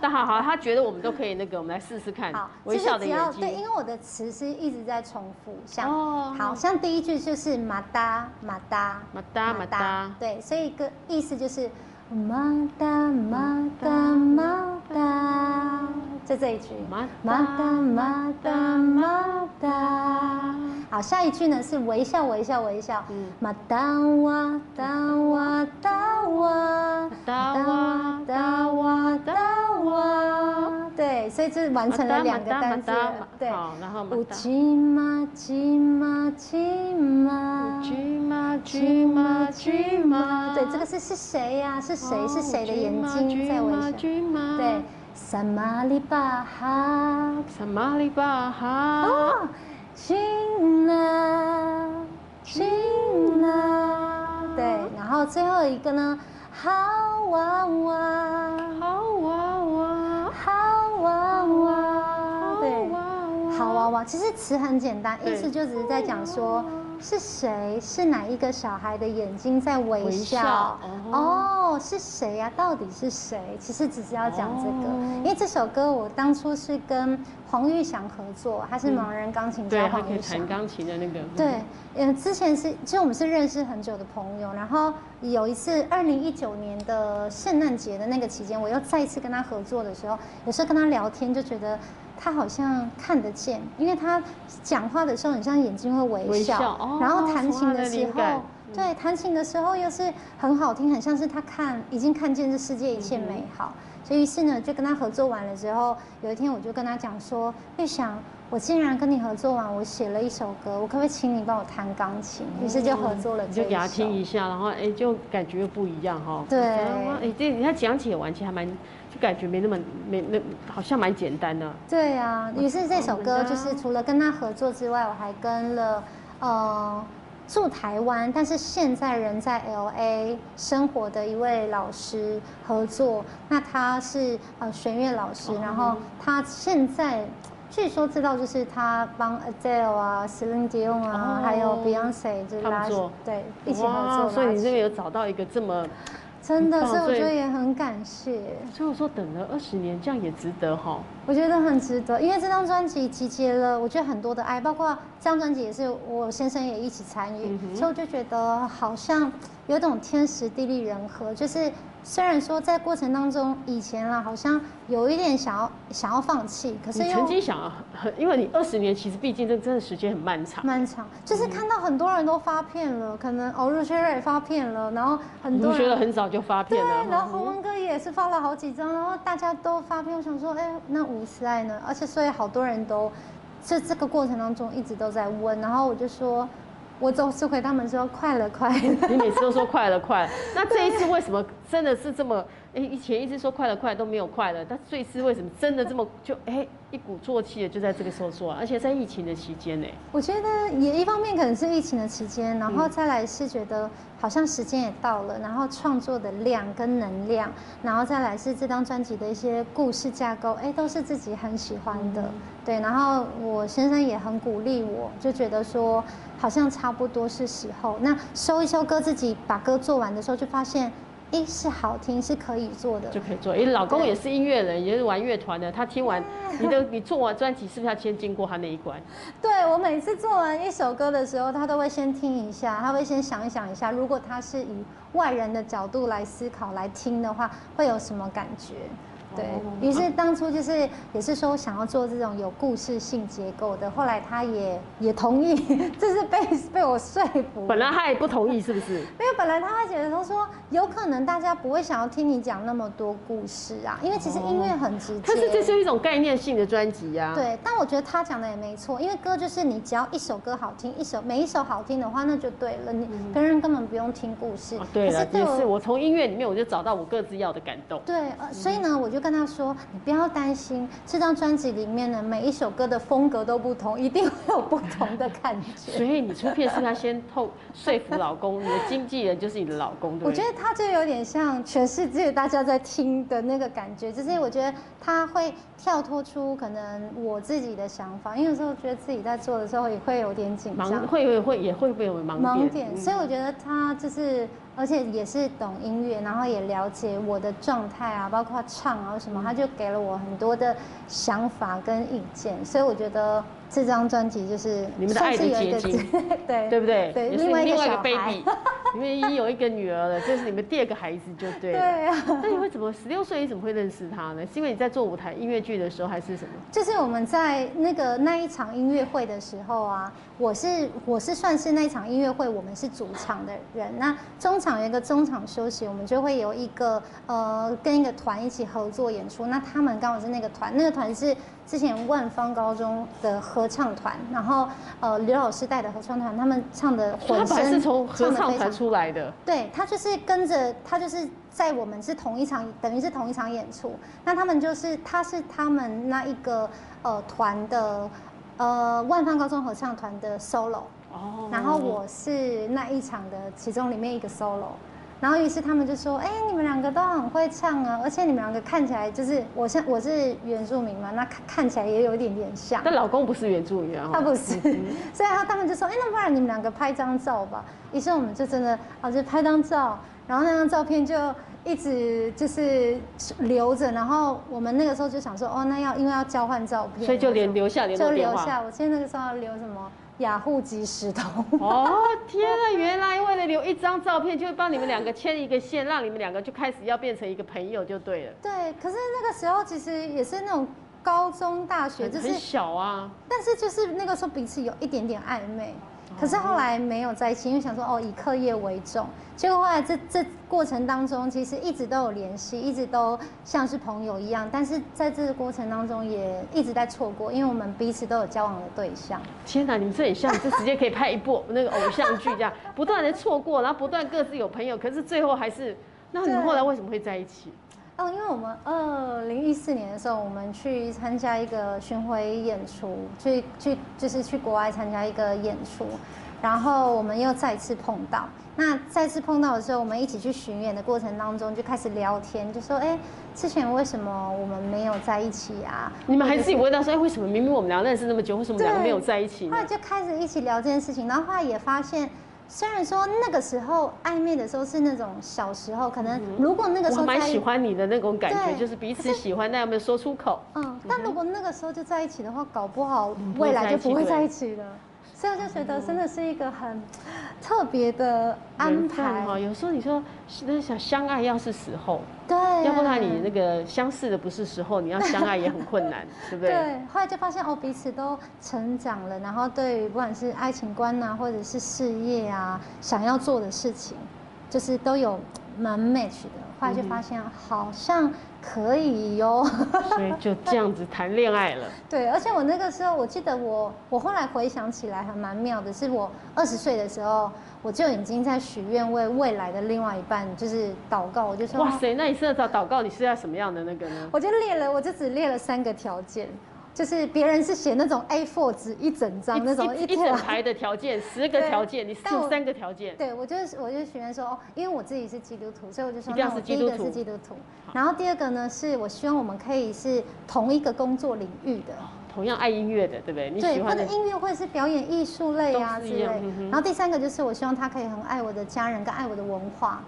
但好好，他觉得我们都可以那个，我们来试试看好，。嗯微其实笑的只眼要对，因睛。为我的词是一直在重复，像、哦好像第一句就是马达马达马达马达对，所以一个意思就是马达马达马达，就这一句。马马达马达马达，好，下一句呢是微笑微笑微笑嗯，马达哇达哇达哇，达哇达哇达哇，对，所以这完成啊了两个单字了，对，好，然后马乌达。吉玛吉玛吉玛，居嘛居嘛居嘛，对，这个是是谁呀？是谁？哦是谁的眼睛居在微嘛笑？居嘛，对，萨玛利巴哈。什么里巴哈，哦，醒啦，醒啦，对，然后最后一个呢，好娃娃，好哇哇，好娃娃，对，哇哇，好娃娃，其实词很简单，意哦对思就只是在讲说是谁，是哪一个小孩的眼睛在微微笑，笑哦，是谁呀、到底是谁？其实只是要讲这个，哦因为这首歌我当初是跟黄玉祥合作，他是盲人钢琴嗯对，家他黄可以玉祥弹。钢琴的那个，对，呃，之前是其实我们是认识很久的朋友，然后有一次二零一九年的圣诞节的那个期间，我又再一次跟他合作的时候，有时候跟他聊天就觉得他好像看得见，因为他讲话的时候很像眼睛会微笑，微笑哦然后弹琴的从他的时灵候感。对，弹琴的时候又是很好听，很像是他看已经看见这世界一切美好。嗯所以于是呢，就跟他合作完了之后，有一天我就跟他讲说，玉想，我竟然跟你合作完，我写了一首歌，我可不可以请你帮我弹钢琴？于是就合作了你这就给他一首听。一下，然后哎，就感觉又不一样哈。对哎，这你看讲起来玩，其实还蛮，就感觉没那么没那好像蛮简单的。对啊，于是这首歌就是除了跟他合作之外，我还跟了呃住台湾，但是现在人在 L A 生活的一位老师合作。那他是呃弦乐老哦师，然后他现在。据说知道就是他帮 Adele 啊、Celine Dion 啊，哦还有 Beyonce 就是他们拉做对一起合哇作，所以你这拉边起有找到一个这么，真的，很棒所以我所以觉得也很感谢。所以我说等了二十年，这样也值得哈。我觉得很值得，因为这张专辑集结了我觉得很多的爱，包括这张专辑也是我先生也一起参与，嗯哼所以我就觉得好像有种天时地利人和，就是虽然说在过程当中以前啦，好像有一点想要想要放弃，可是你又曾经想啊，很因为你二十年其实毕竟这真的时间很漫长，漫长，嗯就是看到很多人都发片了，可能哦入学瑞发片了，然后很你多们觉人得很早就发对片了，，然后文哥也是发了好几张，然后大家都发票，我想说，哎，那五十爱呢？而且所以好多人都在这个过程当中一直都在问，然后我就说，我总是回他们说快了快了，你每次都说快了 快了，那这一次为什么真的是这么？哎、以前一直说快了快了都没有快了，但这一次为什么真的这么就哎、一鼓作气的就在这个时候做、啊，而且在疫情的期间呢、我觉得也一方面可能是疫情的期间，然后再来是觉得好像时间也到了，然后创作的量跟能量，然后再来是这张专辑的一些故事架构，哎，都是自己很喜欢的。对，然后我先生也很鼓励我，就觉得说好像差不多是时候。那收一收歌，自己把歌做完的时候，就发现，哎，是好听，是可以做的就。可以做。因为老公也是音乐人，也是玩乐团的，他听完你的你做完专辑，是不是要先经过他那一关？对我每次做完一首歌的时候，他都会先听一下，他会先想一想一下，如果他是以外人的角度来思考来听的话，会有什么感觉？对哦于是当初就是也是说想要做这种有故事性结构的，后来他也也同意， 这是被被我说服。本来他也不同意，是不是？因为本来他会觉得他说，有可能大家不会想要听你讲那么多故事啊，因为其实音乐很直接。但是这是一种概念性的专辑啊呀。。对，但我觉得他讲的也没错，因为歌就是你只要一首歌好听，一首每一首好听的话，那就对了，你别人根本不用听故事。啊，嗯对可了是，对也我是，我从音乐里面我就找到我各自要的感动。对，呃，所以嗯呢，我就跟他说，你不要担心，这张专辑里面呢，每一首歌的风格都不同，一定会有不同的感觉。所以你出 片是他先透说服老公，你的经纪人就是你的老公，对我不觉对？得他就有点像全世界大家在听的那个感觉，就是我觉得他会跳脱出可能我自己的想法，因为有时候觉得自己在做的时候也会有点紧张，盲会会会也会不会有盲点？嗯盲点，所以我觉得他就是，而且也是懂音乐，然后也了解我的状态啊，包括唱啊什么，嗯他就给了我很多的想法跟意见，所以我觉得这张专辑就是你们的算是爱的有一个结 对对不对？对，也是另另外一个外一个小孩 baby，你们已经有一个女儿了，这是你们第二个孩子就对对了。啊。那你会怎么十六岁你怎么会认识他呢？是因为你在做舞台音乐剧的时候 还是什么？就是我们在那个那一场音乐会的时候啊，我是我是算是那一场音乐会我们是主场的人，那中场有一个中场休息，我们就会有一个呃跟一个团一起合作演出，那他们刚好是那个团，那个团是之前万方高中的合唱团，然后呃刘老师带的合唱团，他们唱的所以混他本来声是从合唱唱的非常团出来的，对他就是跟着他就是在我们是同一场，等于是同一场演出。那他们就是他是他们那一个呃团的呃万方高中合唱团的 solo，哦然后我是那一场的其中里面一个 solo。然后于是他们就说：“哎、你们两个都很会唱啊，而且你们两个看起来就是我像我是原住民嘛，那看看起来也有一点点像。”但老公不是原住民啊，他不是， 所以他他们就说，哎、那不然你们两个拍张照吧。于是我们就真的啊，就拍张照，然后那张照片就一直就是留着。然后我们那个时候就想说，哦，那要因为要交换照片，所以就连留下联就络电留话。下。我记得那个时候要留什么雅虎即时通。 哦天啊！原来为了留一张照片，就会帮你们两个牵一个线，让你们两个就开始要变成一个朋友就对了。对，可是那个时候其实也是那种高中大学，很就很是小啊，但是就是那个时候彼此有一点点暧昧，可是后来没有在一起，因为想说哦以课业为重。结果后来这这过程当中，其实一直都有联系，一直都像是朋友一样。但是在这个过程当中，也一直在错过，因为我们彼此都有交往的对象。天哪，你这很像，这直接可以拍一部那个偶像剧 这样，不断的错过，然后不断各自有朋友，可是最后还是，那你们对后来为什么会在一起？哦，因为我们二零一四年的时候，我们去参加一个巡回演出，去去就是去国外参加一个演出，然后我们又再次碰到。那再次碰到的时候，我们一起去巡演的过程当中，就开始聊天，就说：“哎，之前为什么我们没有在一起啊？”你们还自己问到说，哎，为什么明明我们俩认识那么久，为什么两个没有在一起后呢来？就开始一起聊这件事情，然后后来也发现，虽然说那个时候暧昧的时候是那种小时候，可能如果那个时嗯我候蛮在一喜欢你的那种感觉，对就是彼此喜欢，但有没有说出口？嗯，但如果那个时候就在一起的话，搞不好嗯不会未来就不会在在一一起哦了。所以我就觉得真的是一个很特别的安缘分排，哈，有时候你说那想相爱要是时候，对，啊要不然你那个相似的不是时候，你 要相爱也很困难，对不对？对，后来就发现哦，彼此都成长了，然后对于不管是爱情观呐、或者是事业啊，想要做的事情，就是都有蛮 match 的。后来就嗯发现好像可以哟、所以就这样子谈恋爱了。对，而且我那个时候，我记得我我后来回想起来还蛮妙的，是我二十岁的时候，我就已经在许愿为未来的另外一半就是祷告，我就说哇塞，那你是要祷祷告，你是要什么样的那个呢？我就列了，我就只列了三个条件，就是别人是写那种 A4 纸一整张那种一一一整条。排的条件，十个条件，你是但我三个条件，对，我就是我就许愿说，哦，因为我自己是基督徒，所以我就说，一定要那我是基第督一徒个是基督徒，然后第二个呢是我希望我们可以是同一个工作领域的，同样爱音乐的，对不对？你喜对，或欢者的音乐会是表演艺术类啊都之是一类样嗯哼。然后第三个就是我希望他可以很爱我的家人跟爱我的文化。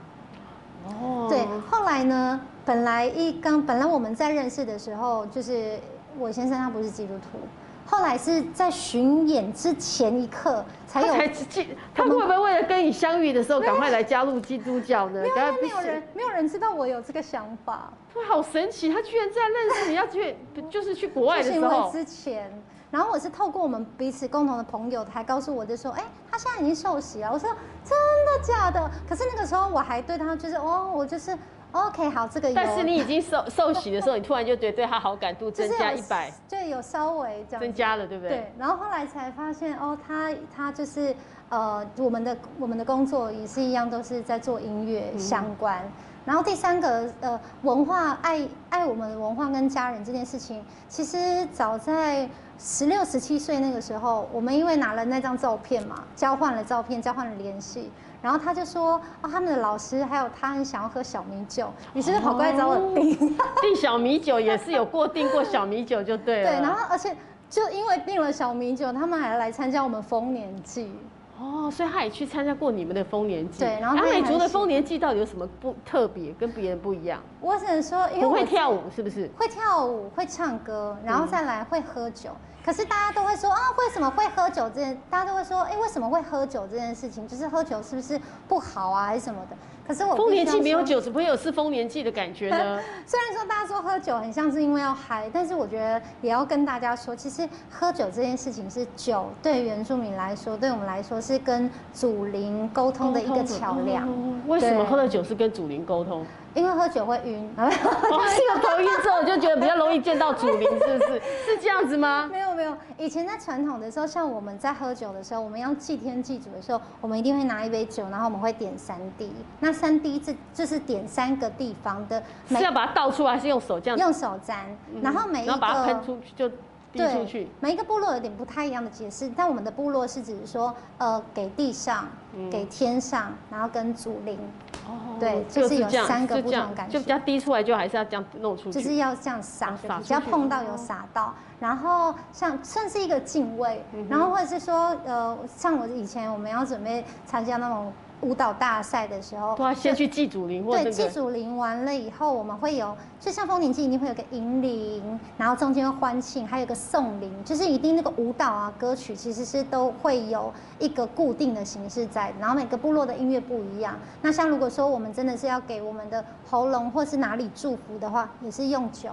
哦对，后来呢，本来一刚本来我们在认识的时候，就是我先生他不是基督徒，后来是在巡演之前一刻才 他有。才记，他会不会为了跟你相遇的时候，赶快来加入基督教呢没？有，因赶为没快有人是，没有人知道我有这个想法，哇，好神奇！他居然在认识你，要去就是去国外就的是时因为候，之前，然后我是透过我们彼此共同的朋友，才告诉我就说，哎、他现在已经受洗了。我说真的假的？可是那个时候我还对他就是，哦，我就是，OK，好，这个有。但是你已经受受洗的时候，你突然就觉得对他好感度就是增加有一百，，就有稍微这样增子加了，对不对？对，然后后来才发现哦，他他就是呃，我们的我们的工作也是一样，都是在做音嗯乐相关。然后第三个呃，文化爱爱我们的文化跟家人这件事情，其实早在十六十七岁那个时候，我们因为拿了那张照片嘛，交换了照片，交换了联系。然后他就说，哦，他们的老师还有他很想要喝小米酒，于是就跑过来找哦我订。订小米酒也是有过订过小米酒就对了。啊对，然后而且就因为订了小米酒，他们还来参加我们丰年祭。哦，所以他也去参加过你们的丰年祭。对然后阿他也美很族的喜丰年祭到底有什么不特别，跟别人不一样？我只能说，因为不会我跳嗯舞是不是？会跳舞，会唱歌，然后再来会喝酒。可是大家都会说啊，为什么会喝酒这件？大家都会说，哎、为什么会喝酒这件事情？就是喝酒是不是不好啊，还是什么的？可是我丰年祭必须没要有说，酒，怎么会有是丰年祭的感觉呢？虽然说大家说喝酒很像是因为要嗨，但是我觉得也要跟大家说，其实喝酒这件事情是酒对原住民来说，对我们来说是跟祖灵沟 通的一个桥梁。哦为什么对喝了酒是跟祖灵 沟通？因为喝酒会晕， 哦，这个头晕之后就觉得比较容易见到祖灵，是不是？是 这样子吗？没有没有。以前在传统的时候，像我们在喝酒的时候，我们要祭天祭祖的时候，我们一定会拿一杯酒，然后我们会点三滴。那三滴这就是点三个地方的，是啊要把它倒出来，还是用手这样？用手沾，然后每一嗯然后把个它喷。出去就滴对，出去。每一个部落有点不太一样的解释，但我们的部落是指说，呃，给地上、嗯给天上，然后跟祖灵，哦对就是有三个就不这同样感就觉比较滴出来，就还是要这样弄出去。就是要这样撒哦的，撒比出较去碰到有撒到，然后像算是一个敬畏，嗯然后或者是说，呃，像我以前我们要准备参加那种舞蹈大赛的时候都，要先去祭祖灵或那对，个。祭祖灵完了以后，我们会有，就像风铃祭一定会有个迎灵，然后中间会欢庆，还有一个送灵，就是一定那个舞蹈啊、歌曲其实是都会有一个固定的形式在，然后每个部落的音乐不一样。那像如果说我们真的是要给我们的喉咙或是哪里祝福的话，也是用酒。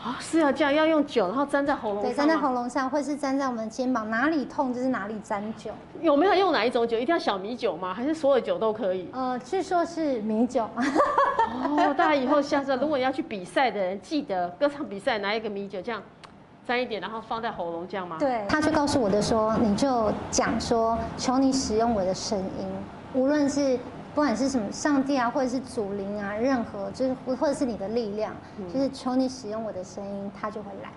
啊、是要这样，要用酒，然后粘在喉咙对，上。粘在喉。咙上，或是粘在我们的肩膀，哪里痛就是哪里沾酒。？有没有用哪一种酒？一定要小米酒吗？还是所有酒都可以呃，据说是米酒，哦，大家以后下次如果你要去比赛的人，记得歌唱比赛拿一个米酒这样沾一点，然后放在喉咙这样吗？。对，他就告诉我的说，你就讲说，求你使用我的声音，无论是不管是什么上帝啊，或者是祖灵啊，任何就是或者是你的力量，嗯就是求你使用我的声音，他就会来。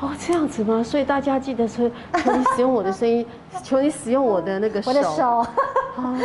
哦，这样子吗？所以大家记得说，求你使用我的 声音，求你使用我的那个手，我的 手，哦，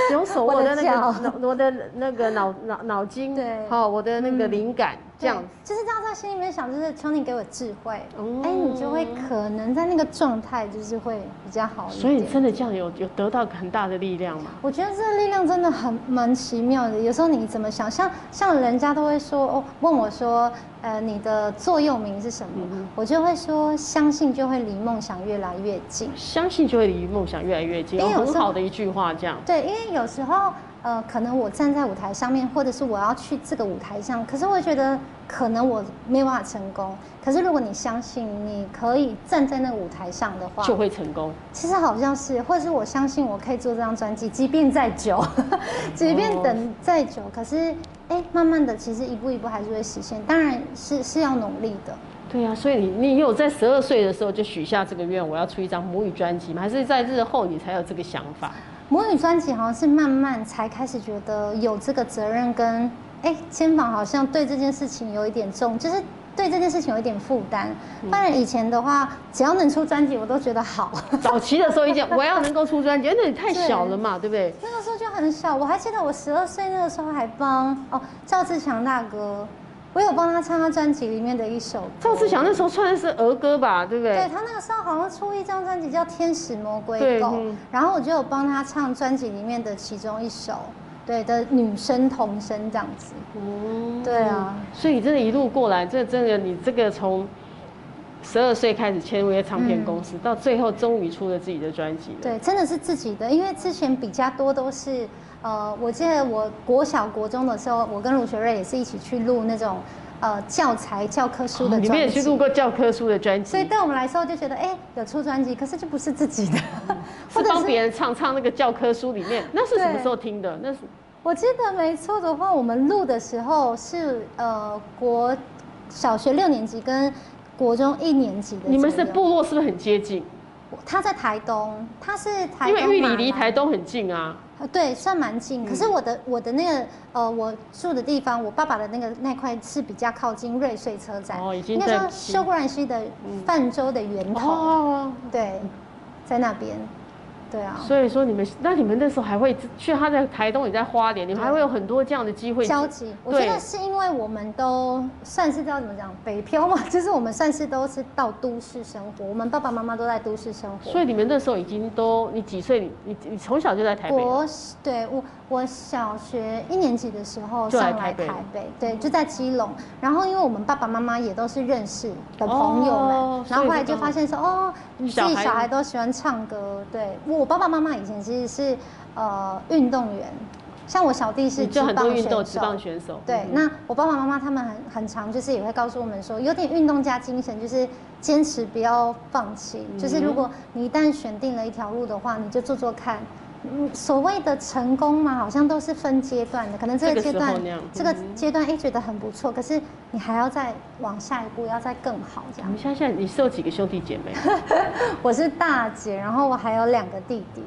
使用 手，我的我的那脚个脑，我的那个脑脑脑筋，对好，我的那个灵感，这样子。对就是这样在心里面想，就是求你给我智慧，哎、哦你就会可能在那个状态就是会比较好一点。所以你真的这样有有得到很大的力量吗？我觉得这个力量真的很蛮奇妙的。有时候你怎么想，像像人家都会说哦，问我说，呃，你的座右铭是什么？我就会说，相信就会离梦想越来越近。相信就会离梦想越来越近，哦因为有很时候好的一句话，这样。对，因为有时候，呃，可能我站在舞台上面，或者是我要去这个舞台上，可是我觉得可能我没有办法成功。可是如果你相信你可以站在那个舞台上的话，就会成功。其实好像是，或者是我相信我可以做这张专辑，即便再久， 即便等再久，可是哎，慢慢的，其实一步一步还是会实现。当然是是要努力的。对呀、所以你你有在十二岁的时候就许下这个愿，我要出一张母语专辑吗？还是在日后你才有这个想 法？母语专辑好像是慢慢才开始觉得有这个责任跟哎肩膀好像对这件事情有一点重，就是对这件事情有一点负担。不然以前的话，只要能出专辑，我都觉得好。早期的时候一讲我要能够出专辑，哎那你太小了嘛，对不对？那个时候就很小，我还记得我十二岁那个时候还帮哦赵志强大哥，我有帮他唱他专辑里面的一首歌。赵志，强那时候穿的是儿歌吧，对不对？对他那个时候好像出一张专辑叫《天使魔鬼对狗》嗯，然后我就有帮他唱专辑里面的其中一首，对的女生童声这样子。哦对啊，所以你真的一路过来，这真的你这个从十二岁开始签约唱片公司，嗯到最后终于出了自己的专辑了。对，真的是自己的，因为之前比较多都是，呃，我记得我国小国中的时候，我跟卢学瑞也是一起去录那种呃教材教科书的哦专辑。你们也去录过教科书的专辑，所以对我们来说就觉得，哎、有出专辑，可是就不是自己的，是帮别人唱唱那个教科书里面，那是什么对时候听的？那是 我记得没错的话，我们录的时候是呃国小学六年级跟国中一年级的左右。你们是部落是不是很接近？他在台东，他是台因东为玉里离马来台嗯东很近啊。呃对，算蛮近。可是我的我的那个呃，我住的地方，我爸爸的那个那块是比较靠近瑞穗车站，哦已经应该在说西修过兰溪的泛舟的源头，哦，对，在那边，对啊。所以说你们，那你们那时候还会去他在台东，也在花莲，你们还会有很多这样的机会交集，我觉对得是因为我们都算是叫怎么讲北漂嘛， 就是我们算是都是到都市生活，我们爸爸妈妈都在都市生活。所以你们那时候已经都，你几岁？你你你从小就在台北啊了，我对我我小学一年级的时候就来上来台北嗯台北，对，就在基隆。然后因为我们爸爸妈妈也都是认识的朋友们，哦然后后来就所以就发现说，哦，你自小己孩小孩都喜欢唱歌。对我爸爸妈妈以前其实是呃运动员，像我小弟是你就很多运动职职棒棒选手选手。对，嗯那我爸爸妈妈他们很很常就是也会告诉我们说，有点运动家精神，就是坚持不要放弃。嗯就是如果你一旦选定了一条路的话，你就做做看。嗯，所谓的成功嘛，好像都是分阶段的，可能这个阶这个时段候那样嗯这个阶段哎、觉得很不错，可是你还要再往下一步，要再更好这样你。现在现在你是有几个兄弟姐妹？啊 嗯我是大姐，然后我还有两个弟弟。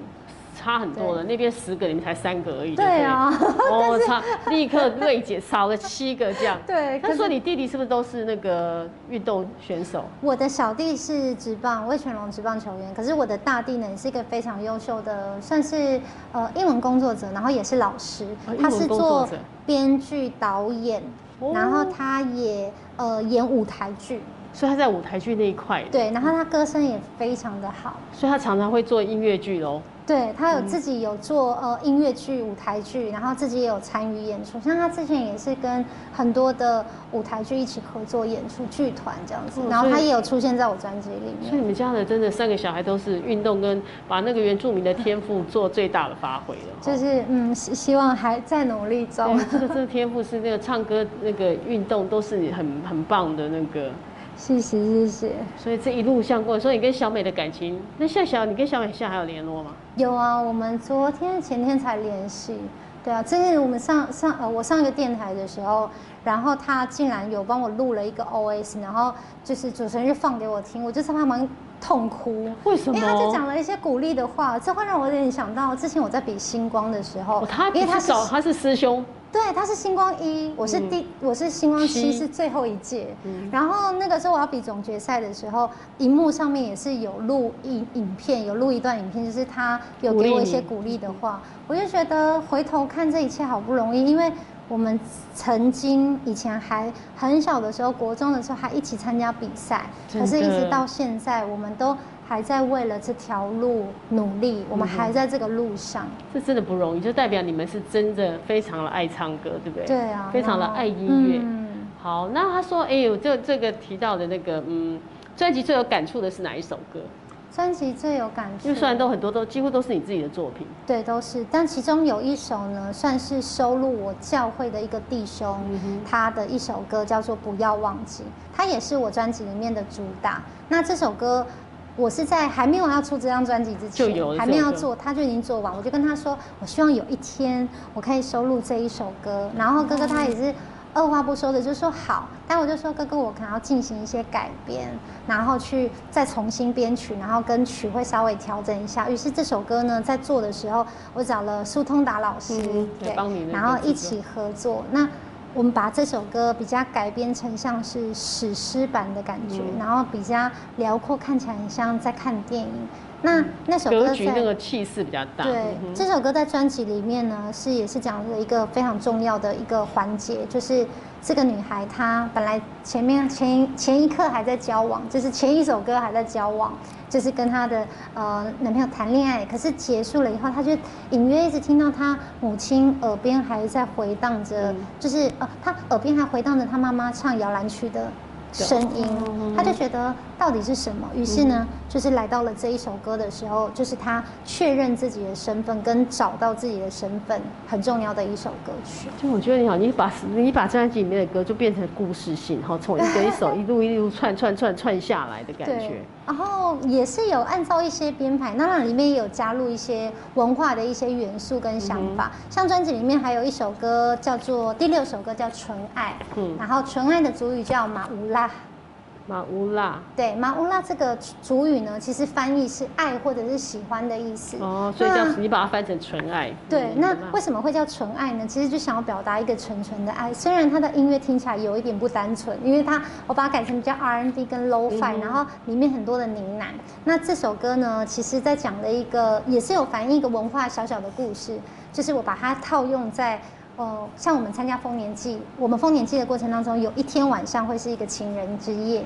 差很多了，那边十个，你们才三个而已。对啊 对不对，哦，差立刻瑞姐少了七个这样。 对可他是说你弟弟是不是都是那个运动选手？我的小弟是职棒魏全龙职棒球员，可是我的大弟呢也是一个非常优秀的，算是呃英文工作者，然后也是老师哦，他是英文工作做者编剧导演，哦然后他也呃演舞台剧，所以他在舞台剧那一块，，对，然后他歌声也非常的好，所以他常常会做音乐剧喽。对他有自己有做呃音乐剧、舞台剧，然后自己也有参与演出，像他之前也是跟很多的舞台剧一起合作演出剧团这样子哦，然后所以他也有出现在我专辑里面所以。你们家的真的三个小孩都是运动跟把那个原住民的天 赋做最大的发挥了。就哦是嗯，希希望还在努力中。对，这个这个天赋是那个唱歌、那个运动都是很很棒的那个 谢谢谢谢。所以这一路像过，所以你跟小美的感情，那夏小，你跟小美现在还有联络吗？有啊，我们昨天前天才联系。对啊，这个我们上上呃，我上一个电台的时候，然后他竟然有帮我录了一个 OS，然后就是主持人就放给我听，我就在旁边痛哭。为什么？因为他就讲了一些鼓励的话，这会让我有点想到之前我在比星光的时候，哦，他因为不他是找他是师兄，对，他是星光一，我是第、我是星光七，嗯七嗯是最后一届。然后那个时候我要比总决赛的时候，荧幕上面也是有录影影片，有录一段影片，就是他有鼓励给你我一些鼓励的话，嗯我就觉得回头看这一切好不容易，因为我们曾经以前还很小的时候，国中的时候还一起参加比赛，真可的是一直到现在，我们都还在为了这条路努力，嗯我们还在这个路上。这真的不容易，就代表你们是真的非常的爱唱歌，对不对？对啊，非常的然后爱音乐。嗯好，那他说，哎、呦，这这个提到的那个，嗯，专辑最有感触的是哪一首歌？专辑最有感触，因为虽然都很多都几乎都是你自己的作品，对都是，但其中有一首呢，算是收录我教会的一个弟兄、嗯他的一首歌，叫做《不要忘记》，它也是我专辑里面的主打。那这首歌。我是在还没有要出这张专辑之前，就有了还没有要这首做，他就已经做完。我就跟他说，我希望有一天我可以收录这一首歌。然后哥哥他也是二话不说的就说好，但我就说哥哥，我可能要进行一些改编，然后去再重新编曲，然后跟曲会稍微调整一下。于是这首歌呢，在做的时候，我找了苏通达老师，嗯来帮你那个然后一制起合作。那我们把这首歌比较改编成像是史诗版的感觉，嗯然后比较辽阔，看起来很像在看电影。那那首歌格在。局那个气势比较大。嗯对，这首歌在专辑里面呢，是也是讲了一个非常重要的一个环节，就是这个女孩她本来前面前一前一刻还在交往，就是前一首歌还在交往，就是跟她的呃男朋友谈恋爱，可是结束了以后，她就隐约一直听到她母亲耳边还在回荡着，就是呃她耳边还回荡着她妈妈唱摇篮曲的。声音，嗯她就觉得到底是什么？于是呢，就是来到了这一首歌的时候，就是她确认自己的身份跟找到自己的身份很重要的一首歌曲。就我觉得你好，你把你把专辑里面的歌就变成故事性，哈，从一个一首一路一路串串串串下来的感觉对。，然后也是有按照一些编排，那那里面也有加入一些文化的一些元素跟想嗯法，像专辑里面还有一首歌叫做第六首歌叫《纯爱》，嗯然后《纯爱》的主语叫马乌拉。马乌拉对，马乌拉这个主语呢，其实翻译是爱或者是喜欢的意思。哦，所以这样子你把它翻成纯爱。对，嗯那好吧为什么会叫纯爱呢？其实就想要表达一个纯纯的爱。虽然它的音乐听起来有一点不单纯，因为它我把它改成比较 R&B 跟嗯 Low-fi，、然后里面很多的呢喃。那这首歌呢，其实在讲的一个也是有反映一个文化小小的故事，就是我把它套用在。呃，像我们参加丰年祭，我们丰年祭的过程当中，有一天晚上会是一个情人之夜。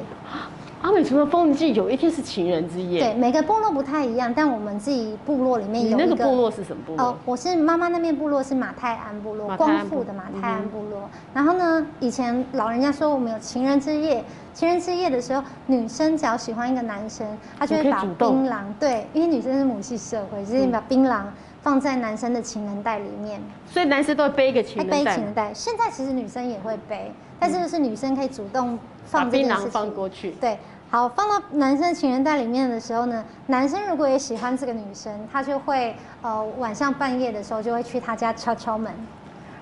阿美族的风景有一天是情人之夜。对，每个部落不太一样，但我们自己部落里面你有那一个部落是什么部落哦？，我是妈妈那边部落是马太安部落马，太安光部嗯复的马太安部落。然后呢，以前老人家说我们有情人之夜，情人之夜的时候，女生只要喜欢一个男生，她就你会可以把主动槟榔，对，因为女生是母系社会，就是把槟榔放在男生的情人袋里面，所以男生都会背一个情还人背袋情，人袋。现在其实女生也会背，但是就是女生可以主动把放这槟件事榔情。放过去。对，好，放到男生情人袋里面的时候呢，男生如果也喜欢这个女生，他就会呃晚上半夜的时候就会去她家敲敲门，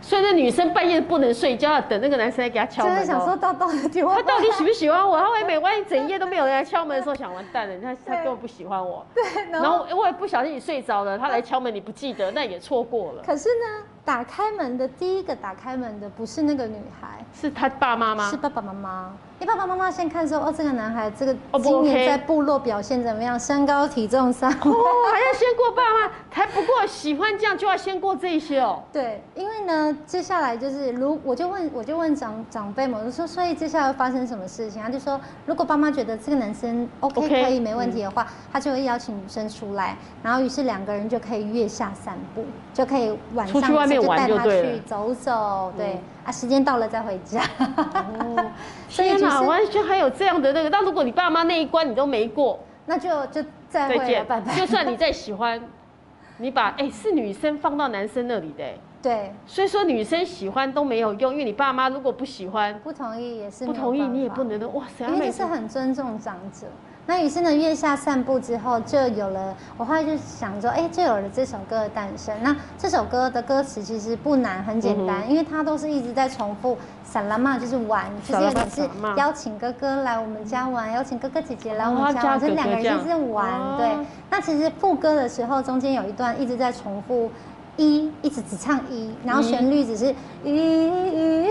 所以那女生半夜不能睡觉，要等那个男生来给她敲就门、哦。是想说到到底我他到底喜不喜欢我？他会每晚一整夜都没有人来敲门的时候，想完蛋了，他他对根本不喜欢我。对，然然后后我也不小心你睡着了，他来敲门你不记得，那也错过了。可是呢，打开门的第一个打开门的不是那个女孩。是他爸妈吗是？爸爸妈妈，你爸爸妈妈先看说，哦，这个男孩这个哦不今 OK 年在部落表现怎么样？身高体重三围哦，还要先过爸妈，才不过喜欢这样就要先过这一些哦。对，因为呢，接下来就是如我就问我就问长长辈嘛，我就说，所以接下来会发生什么事情？他就说，如果爸妈觉得这个男生 OK, OK，嗯可以没问题的话，他就会邀请女生出来，然后于是两个人就可以月下散步，就可以晚上出去外面就玩带就他对去了嗯走走，对、啊，时间到了再回家。 哦所以天就哪，是完全还有这样的那个。那如果你爸妈那一关你都没过，那就就再再会了，见拜。拜。就算你再喜欢，你把哎、是女生放到男生那里的、哎对，所以说女生喜欢都没有用，因为你爸妈如果不喜欢、不同意也是不没有同意，办你也法不能说哇塞，因为每这次是很尊重长者。那于是呢，月下散步之后，就有了我后来就想说，哎，就有了这首歌的诞生。那这首歌的歌词其实不难，很简嗯单，因为它都是一直在重复“散拉嘛”就是玩，就是有点是散啦嘛邀请哥哥来我们家玩，邀请哥哥姐姐来我哦们家加玩，就哥哥两个人就是这样玩。哦对，那其实副歌的时候，中间有一段一直在重复一，一直只唱一，然后旋律只是一。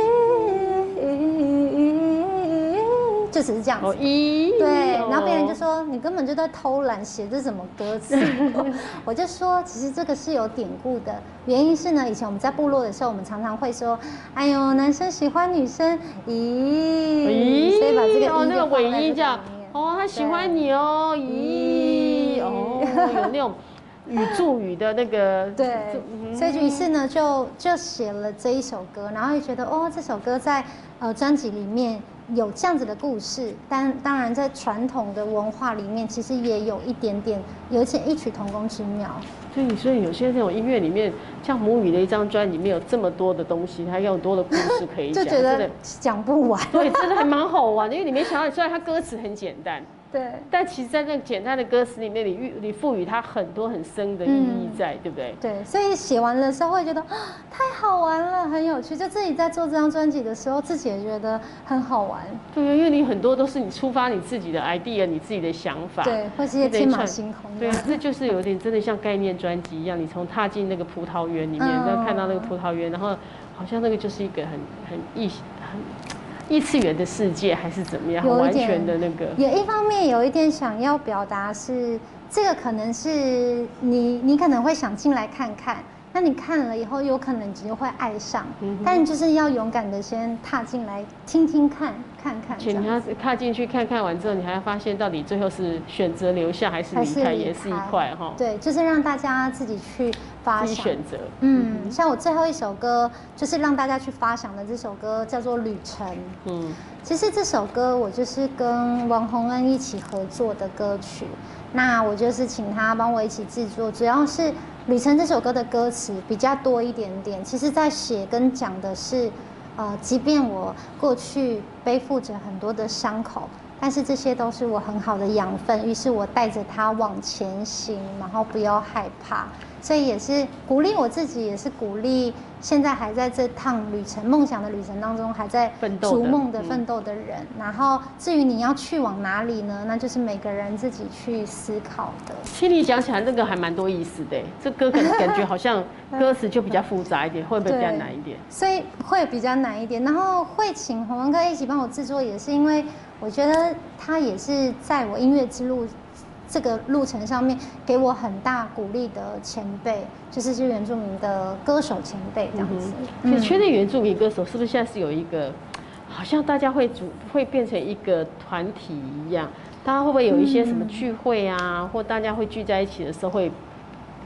就只是这样子哦，咦，对，然后别人就哦说你根本就在偷懒写这什么歌词，我就说其实这个是有典故的，原因是呢，以前我们在部落的时候，我们常常会说，哎呦，男生喜欢女生，咦，咦，嗯所以把这个哦一那个就放在尾音这样里面，哦，他喜欢你哦，咦，咦哦，有那种语助语的那个，嗯 对助，嗯所以于是呢，就就写了这一首歌，然后也觉得哦，这首歌在呃专辑里面有这样子的故事，但当然在传统的文化里面，其实也有一点点有一些异曲同工之妙。所以所以有些这种音乐里面，像母语的一张专辑里面有这么多的东西，它有很多的故事可以就讲，觉真得的讲不 完。对，真的还蛮好玩的，因为你没想到，虽然它歌词很简单，对，但其实在那个简单的歌词里面，你赋你赋予它很多很深的意义嗯在，对不对？对，所以写完的时候会觉得啊太好玩了，很有趣。就自己在做这张专辑的时候，自己也觉得很好玩。对，因为你很多都是你触发你自己的 idea，你自己的想法，对，或是一些这一天马串行空对的啊。，这就是有点真的像概念专辑一样，你从踏进那个葡萄园里面，嗯然后看到那个葡萄园，然后好像那个就是一个很很异很异次元的世界，还是怎么样，很有一完点全的那个。也一方面有一点想要表达是，这个可能是你你可能会想进来看看，那你看了以后有可能你就会爱上，嗯但就是要勇敢的先踏进来听听看看看这且你样。要踏进去看看完之后，你还要发现到底最后是选择留下还是还离是开，离也是一开块哈，对，就是让大家自己去发自己想。选择。嗯，像我最后一首歌就是让大家去发想的这首歌叫做《旅程》。嗯，其实这首歌我就是跟王洪恩一起合作的歌曲，那我就是请他帮我一起制作，主要是《旅程》这首歌的歌词比较多一点点。其实，在写跟讲的是，呃，即便我过去背负着很多的伤口，但是这些都是我很好的养分，于是我带着它往前行，然后不要害怕。所以也是鼓励我自己，也是鼓励现在还在这趟旅程、梦想的旅程当中，还在奋斗的逐梦的嗯奋斗的人。然后至于你要去往哪里呢？那就是每个人自己去思考的。听你讲起来，那个还蛮多意思的。欸这歌感感觉 好像歌词就比较复杂一点，会不会比较对难一点？所以会比较难一点。然后会请洪文哥一起帮我制作，也是因为我觉得他也是在我音乐之路这个路程上面给我很大鼓励的前辈，就是是原住民的歌手前辈这样子。其实圈内原住民歌手是不是现在是有一个，好像大家会组会变成一个团体一样？大家会不会有一些什么聚会啊，或大家会聚在一起的时候会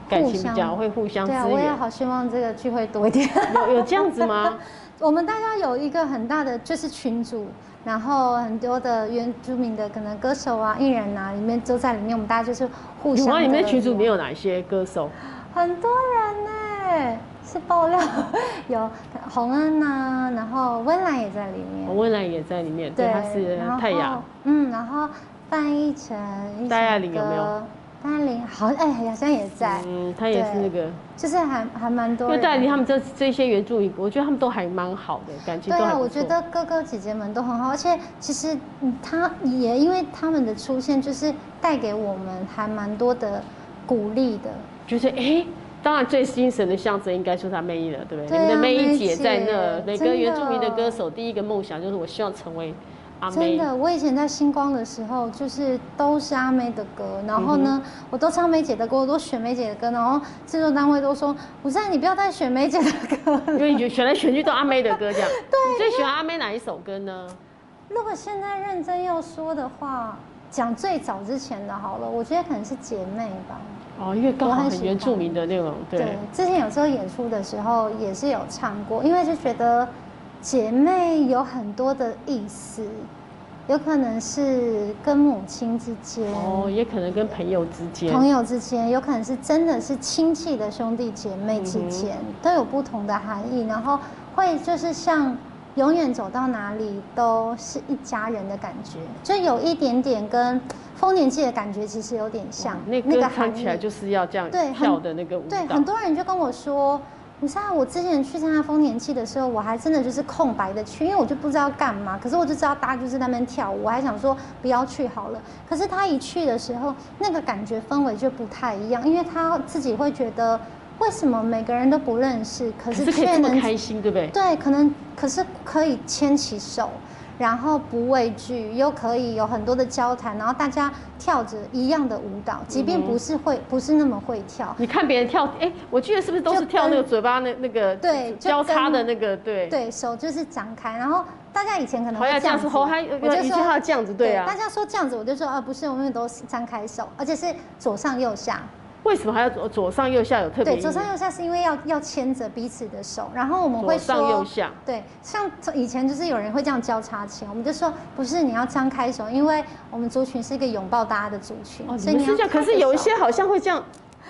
感情比嗯互较相会互相支对啊，我也援？好希望这个聚会多一点。有有这样子吗？我们大家有一个很大的就是群组，然后很多的原住民的可能歌手啊、艺人啊，里面都在里面，我们大家就是 互有相。啊，你们的群组里面。面有哪些歌手？很多人呢、 是爆料，有洪恩呐、然后温岚也在里面，洪蔚蓝也在里面，哦对，他是然后泰雅，嗯，然后范逸臣、一戴爱首玲有没有歌？戴爱玲好，哎、好像也在，嗯，他也是那个，就是还还蛮多因人。为戴理他们这这些原住民，我觉得他们都还蛮好的，感情对都还啊，不我觉错。得哥哥姐姐们都很好，而且其实嗯他也因为他们的出现，就是带给我们还蛮多的鼓励的。就是哎、诶当然最精神的象征应该就是她妹了，对不对？对啊你们的妹一姐在那，妹每姐个原住民的歌手第一个梦想就是我希望成为阿真妹。的，我以前在星光的时候，就是都是阿妹的歌，然后嗯呢，我都唱梅姐的歌，我都选梅姐的歌，然后制作单位都说：“吴赞，你不要再选梅姐的歌 了。因为你就选来选去都阿妹的歌这 样。对，你最喜欢阿妹哪一首歌呢？”如果现在认真要说的话，讲最早之前的好了，我觉得可能是姐妹吧。哦，因为刚好我很喜很欢原住民的那种，对，之前有时候演出的时候也是有唱过，因为就觉得姐妹有很多的意思，有可能是跟母亲之间，哦，也可能跟朋友之间，朋友之间，有可能是真的是亲戚的兄弟姐妹之间，嗯都有不同的含义，然后会就是像永远走到哪里都是一家人的感觉，就有一点点跟《丰年祭》的感觉其实有点像哇，那那个歌唱含起来义。就是要这样对很跳的那个舞对，蹈很，多人就跟我说。你知道我之前去参加丰年祭的时候，我还真的就是空白的去，因为我就不知道干嘛。可是我就知道大家就是在那边跳舞，我还想说不要去好了。可是他一去的时候，那个感觉氛围就不太一样，因为他自己会觉得为什么每个人都不认识，可可是是可以却这么能开心，对不对？对，可能可是可以牵起手，然后不畏惧，又可以有很多的交谈，然后大家跳着一样的舞蹈，即便不是会不是那么会跳，你看别人跳，哎，我记得是不是都是就跳那个跟嘴巴那那个对就交叉的跟那个对。对手就是展开，然后大家以前可能好会这像这样样子，子，好像我就以前还说要这样子，对啊大。家说这样子，我就说啊，不是，我们都是张开手，而且是左上右下，为什么还要左左上右下有特别意哦对，义？左上右下是因为要要牵着彼此的手，然后我们会左上右说。下，对，像以前就是有人会这样交叉牵，我们就说不是你要张开手，因为我们族群是一个拥抱大家的族群，哦，所你以你要们是这样，可开着是有一手 些好像会这样，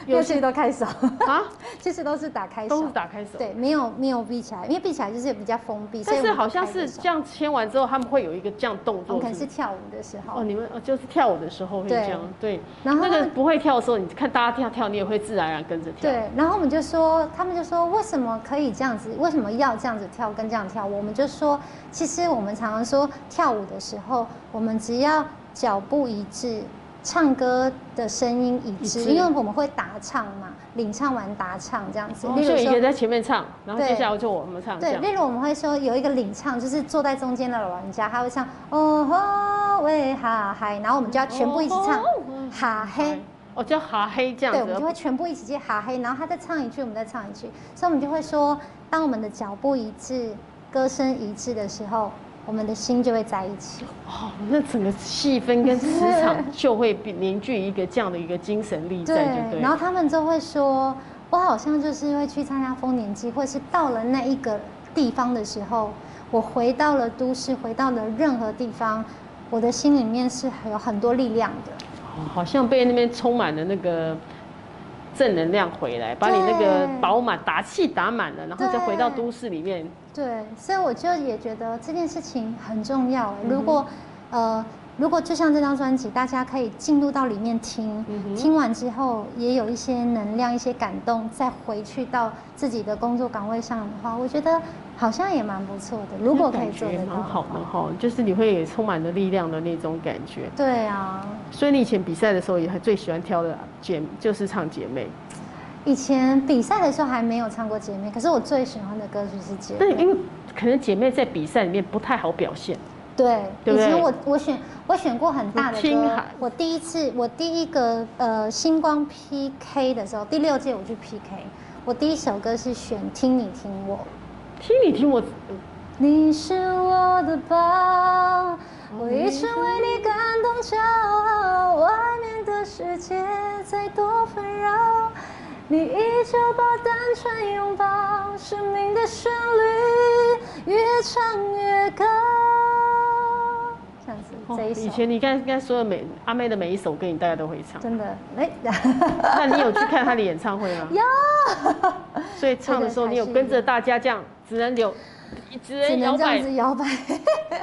有有一些些都开手， 啊其实都是打开都手是，打开手，对，没有没有闭起来，因为闭起来就是比较封闭，所以但我是们好像开着是手这样签完之后，他们会有一个这样动我作们可，能是是不是跳舞的时候哦，，你们哦就是跳舞的时候会这对样，对。然后那个不会跳的时候，你看大家跳跳，你也会自然而然跟着跳。对，然后我们就说，他们就说为什么可以这样子，为什么要这样子跳跟这样跳？我们就说，其实我们常常说跳舞的时候，我们只要脚步一致，唱歌的声音一致，一致因为我们会打唱嘛，领唱完打唱这样子。哦，例就如有一个说，在前面唱，然后接对下来就我们唱这对，样例。如我们会说有一个领唱，就是坐在中间的老人家，他会唱哦吼喂哈嗨，然后我们就要全部一起唱哦哦哈嘿。哦，叫哈黑这样对，子。我们就会全部一起接哈嘿，然后他再唱一句，我们再唱一句，所以我们就会说，当我们的脚步一致、歌声一致的时候，我们的心就会在一起。哦，那整个气氛跟磁 场就会比凝聚一个这样的一个精神力在，就对了。然后他们就会说，我好像就是会去参加丰年祭，或是到了那一个地方的时候，我回到了都市，回到了任何地方，我的心里面是有很多力量的。哦好像被那边充满了那个正能量回来，把你那个对饱满打气打满了，然后再回到对都市里面。对，所以我就也觉得这件事情很重要欸。如嗯果、呃，如果就像这张专辑，大家可以进入到里面听，嗯哼听完之后也有一些能量、一些感动，再回去到自己的工作岗位上的话，我觉得好像也蛮不错的。如果可以做那得感觉到蛮的好的话，哈，就是你会有充满了力量的那种感觉。对啊。所以你以前比赛的时候也很最喜欢挑的姐，就是唱姐妹。以前比赛的时候还没有唱过姐妹，可是我最喜欢的歌曲是姐但妹。因为可能姐妹在比赛里面不太好表现，对，对不以前对我我选我选过很大的你听歌海，我第一次我第一个呃星光 PK 的时候，第六届我去 PK，我第一首歌是选《听你听我》，听你听我，你是我的宝，我一生为你感动骄傲，外面的世界再多纷扰，你依旧把单纯拥抱，生命的旋律越唱越高。这样子，哦这一首。以前你刚刚说的每阿妹的每一首歌，你大概都会唱。真的，哎、那你有去看她的演唱会 吗？有。所以唱的时候，这个才你有是跟着大家这样，只能有，只 只能能摇这样摆，子摇摆，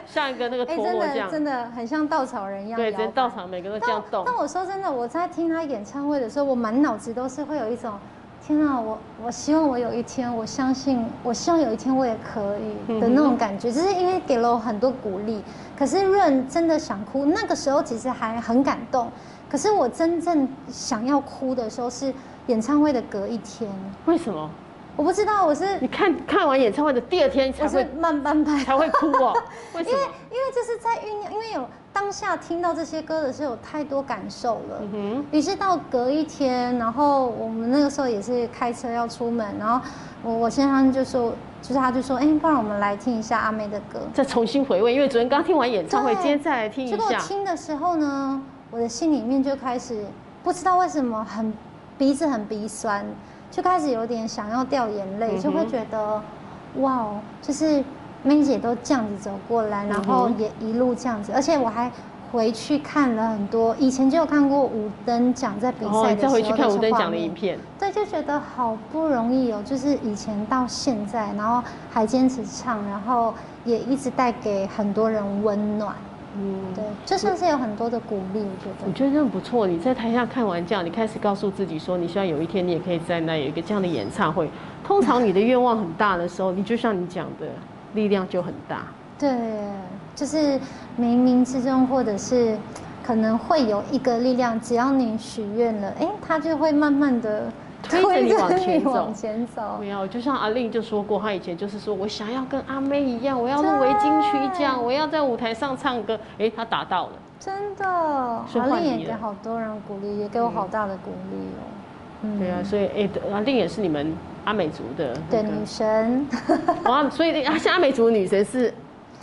像一个那个哎、陀真螺 这的样。真的很像稻草人一样摇摆。对，只能到场每个都这样但动。但我说哎真的，我在听他演唱会的时候，我满脑子都是会有一种，天啊，我我希望我有一天，我相信，我希望有一天我也可嗯以的那种感觉，就是因为给了我很多鼓励。可是润真的想哭，那个时候其实还很感动。可是我真正想要哭的时候是演唱会的隔一天，为什么？我不知道我是你看看完演唱会的第二天才我是会慢半拍，才会哭哦？为 什因为么？因为就是在酝酿，因为有当下听到这些歌的时候有太多感受了，嗯哼，于是到隔一天，然后我们那个时候也是开车要出门，然后我我先生就说，就是他就说，哎、不然我们来听一下阿妹的歌。再重新回味，因为昨天刚听完演唱会，对今天再来听结一果我下。听的时候呢，我的心里面就开始不知道为什么很鼻子很鼻酸，就开始有点想要掉眼泪，嗯哼就会觉得哇哦，就是妹姐都这样子走过来，然后嗯哼也一路这样子，而且我还回去看了很多，以前就有看过五等奖在比然后赛哦你的时再候，回去看吴登奖的影，片，对，就觉得好不容易哦，就是以前到现在，然后还坚持唱，然后也一直带给很多人温暖，嗯，对，就算是有很多的鼓励，我觉我得。觉得真的不错。你在台下看完这样，你开始告诉自己说，你希望有一天你也可以在那有一个这样的演唱会。通常你的愿望很大的时候，你就像你讲的，力量就很大。对，就是冥冥之中，或者是可能会有一个力量，只要你许愿了，哎，它就会慢慢的推着你往前走往前走没。有，就像阿令就说过，他以前就是说我想要跟阿妹一样，我要入围金曲奖，我要在舞台上唱歌。哎，他达到了。真的，是好换丽也你给了好多人鼓励，也给我好大的鼓励哦。嗯对啊，，所以哎，阿令也是你们阿美族的对那个女神哇，所以啊，像阿美族的女神是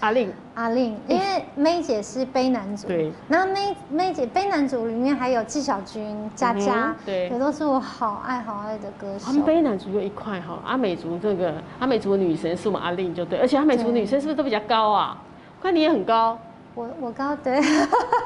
阿令，阿令，因为妹姐是悲男主，对，然后妹妹姐悲男主里面还有纪晓君、佳嗯佳哼，对也都是我好爱好爱的歌手。他们卑南啊族就一块哈，阿美族这个阿美族的女神是我们阿令就对，而且阿美族女生是不是都比较高啊？看你也很高，我我刚 对。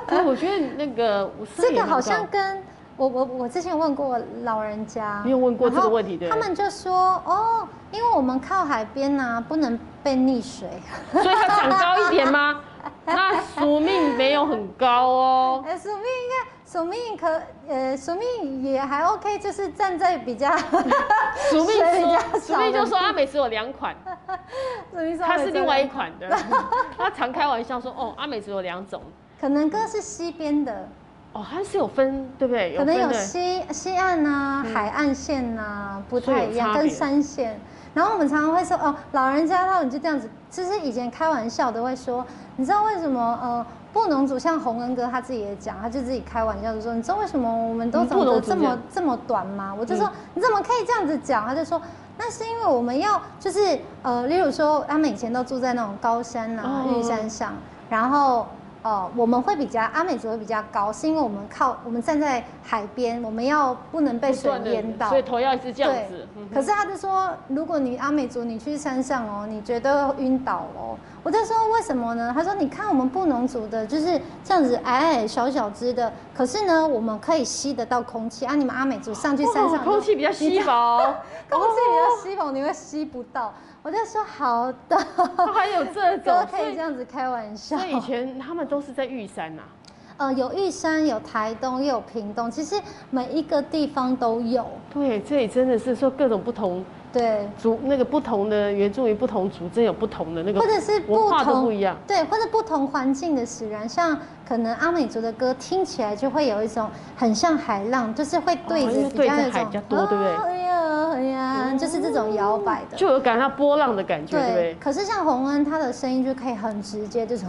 对，我觉得那个我是不是这也个很好像高跟我我我之前问过老人家，你有问过然后这个问题对他们就说哦，因为我们靠海边呐、不能被溺水。所以她长高一 点吗？那宿命没有很高 哦，哎，索命应该，索命可呃，索命也还 OK，就是站在比较， 嗯宿命水比说较宿少命就的说阿美只有 两款，索命稍微她是另外一站在，款 的，她常开玩笑说哦，阿美只有两种，可能歌是西边的，哦，它是有分对不对？可能分有的西西岸呐、海岸线呐、啊不所以太有一样，差跟别山线。然后我们常常会说，哦，老人家他们就这样子，就是以前开玩笑的会说，你知道为什么？呃，布农族像洪恩哥他自己也讲，他就自己开玩笑的说，你知道为什么我们都嗯布长农得族这这么样这么短吗？我就说、嗯你怎么可以这样子讲？他就说那是因为我们要就是呃，例如说他们以前都住在那种高山啊呐、哦玉山上，然后呃，我们会比较阿美族会比较高，是因为我们靠我们站在海边，我们要不能被水不断地淹到所。以头要一直这样子。嗯可是他就说，如果你阿美族你去山上哦，你绝对会晕倒哦。我就说为什么呢？他说你看我们布农族的就是这样子矮矮小小只的，可是呢我们可以吸得到空气啊。你们阿美族上去山哦上，空气比较稀薄，哦空气比较稀薄，你会吸不到。我就说好的， 它还有这哥种，可所以以这样子开玩笑。所以以前他们都是在玉山呐、啊呃，有玉山，有台东，也有屏东，其实每一个地方都有。对，这里真的是说各种不同对，族，那个不同的原住民不同族，真有不同的那个，或者是不文化都同不一样。对，或者不同环境的使然，像可能阿美族的歌听起来就会有一种很像海浪，就是会对着哦因为比对较着有一海种比较多对不对哦呀呀，就是这种摇摆的。就有感到波浪的感觉，对不对？可是像洪恩他的声音就可以很直接，就是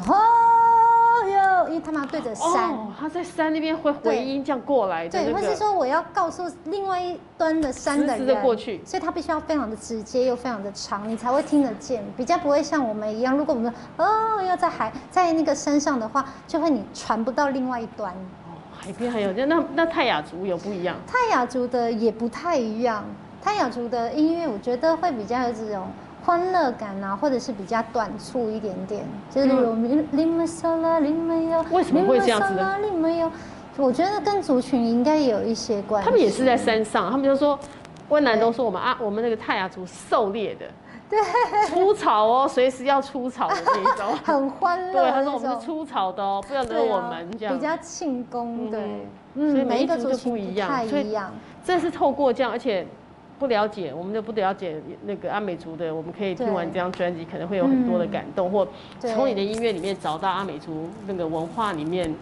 哦哟，因为他们要对着山。哦，他在山那边会回音这样过来的对，那或是个，说我要告诉另外一端的山的人，直直地过去所以它必须要非常的直接又非常的长，你才会听得见，比较不会像我们一样，如果我们哦要在海在那个山上的话，就会你传不到另外一端。哦海边还有那那那泰雅族有不一样，泰雅族的也不太一样，泰雅族的音乐我觉得会比较有这种。欢乐感啊，或者是比较短促一点点，就是例如你你们说了你们有，嗯为什么会这样子呢你们有，我觉得跟族群应该有一些关系。他们也是在山上，他们就说。温南都说我们啊，我们那个泰雅族狩猎的，对，出草哦，随时要出草的那一 种。很欢乐对，的他那说种，我们是出草的哦，不要对啊惹我们这样。比较庆功，对，嗯所以嗯，每每一一族个就族群不一样太所以一样，这是透过这样，而且不了解，我们都不了解那个阿美族的，我们可以听完对这张专辑，可能会有很多的感动，或对从你的音乐里面找到阿美族那个文化里面。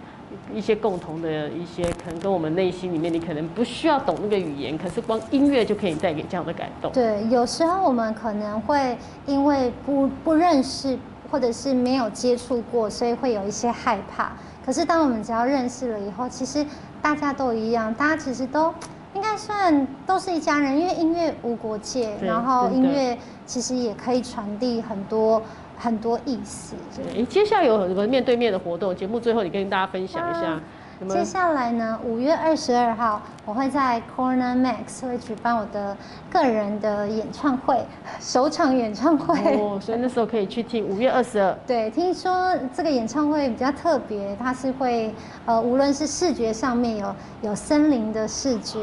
一些共同的一些，可能跟我们内心里面，你可能不需要懂那个语言，可是光音乐就可以带给这样的感动。对，有时候我们可能会因为不不认识或者是没有接触过，所以会有一些害怕。可是当我们只要认识了以后，其实大家都一样，大家其实都应该算都是一家人，因为音乐无国界，对然后真音的乐其实也可以传递很多很多意思。对，诶接下来有什么面对面的活动？节目最后你跟大家分享一下，有没有接下来呢，五月二十二号，我会在 Corner Max 会举办我的个人的演唱会， 首场演唱会。哦，所以那时候可以去听五月二十二，对，听说这个演唱会比较特别，它是会呃，无论是视觉上面有有森林的视觉，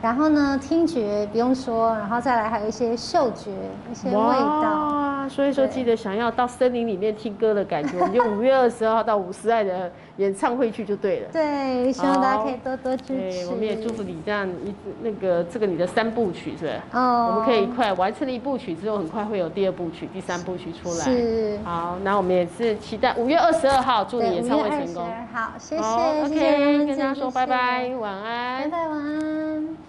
然后呢，听觉不用说，然后再来还有一些嗅觉、一些味道。哇！所以说，对记得想要到森林里面听歌的感觉，我们就五月二十号到五十爱的演唱会去就对了。对，希望大家可以好多多支对，持。我们也祝福你这样一那个这个你的三部曲是不是？哦我们可以快完成了一部曲之后，很快会有第二部曲、第三部曲出来。是好，那我们也是期待五月二十二号，祝对你演唱会成功。 5月22好，谢好谢，谢谢，OK，荣跟大家姐说谢拜谢拜，晚拜。安拜，晚安。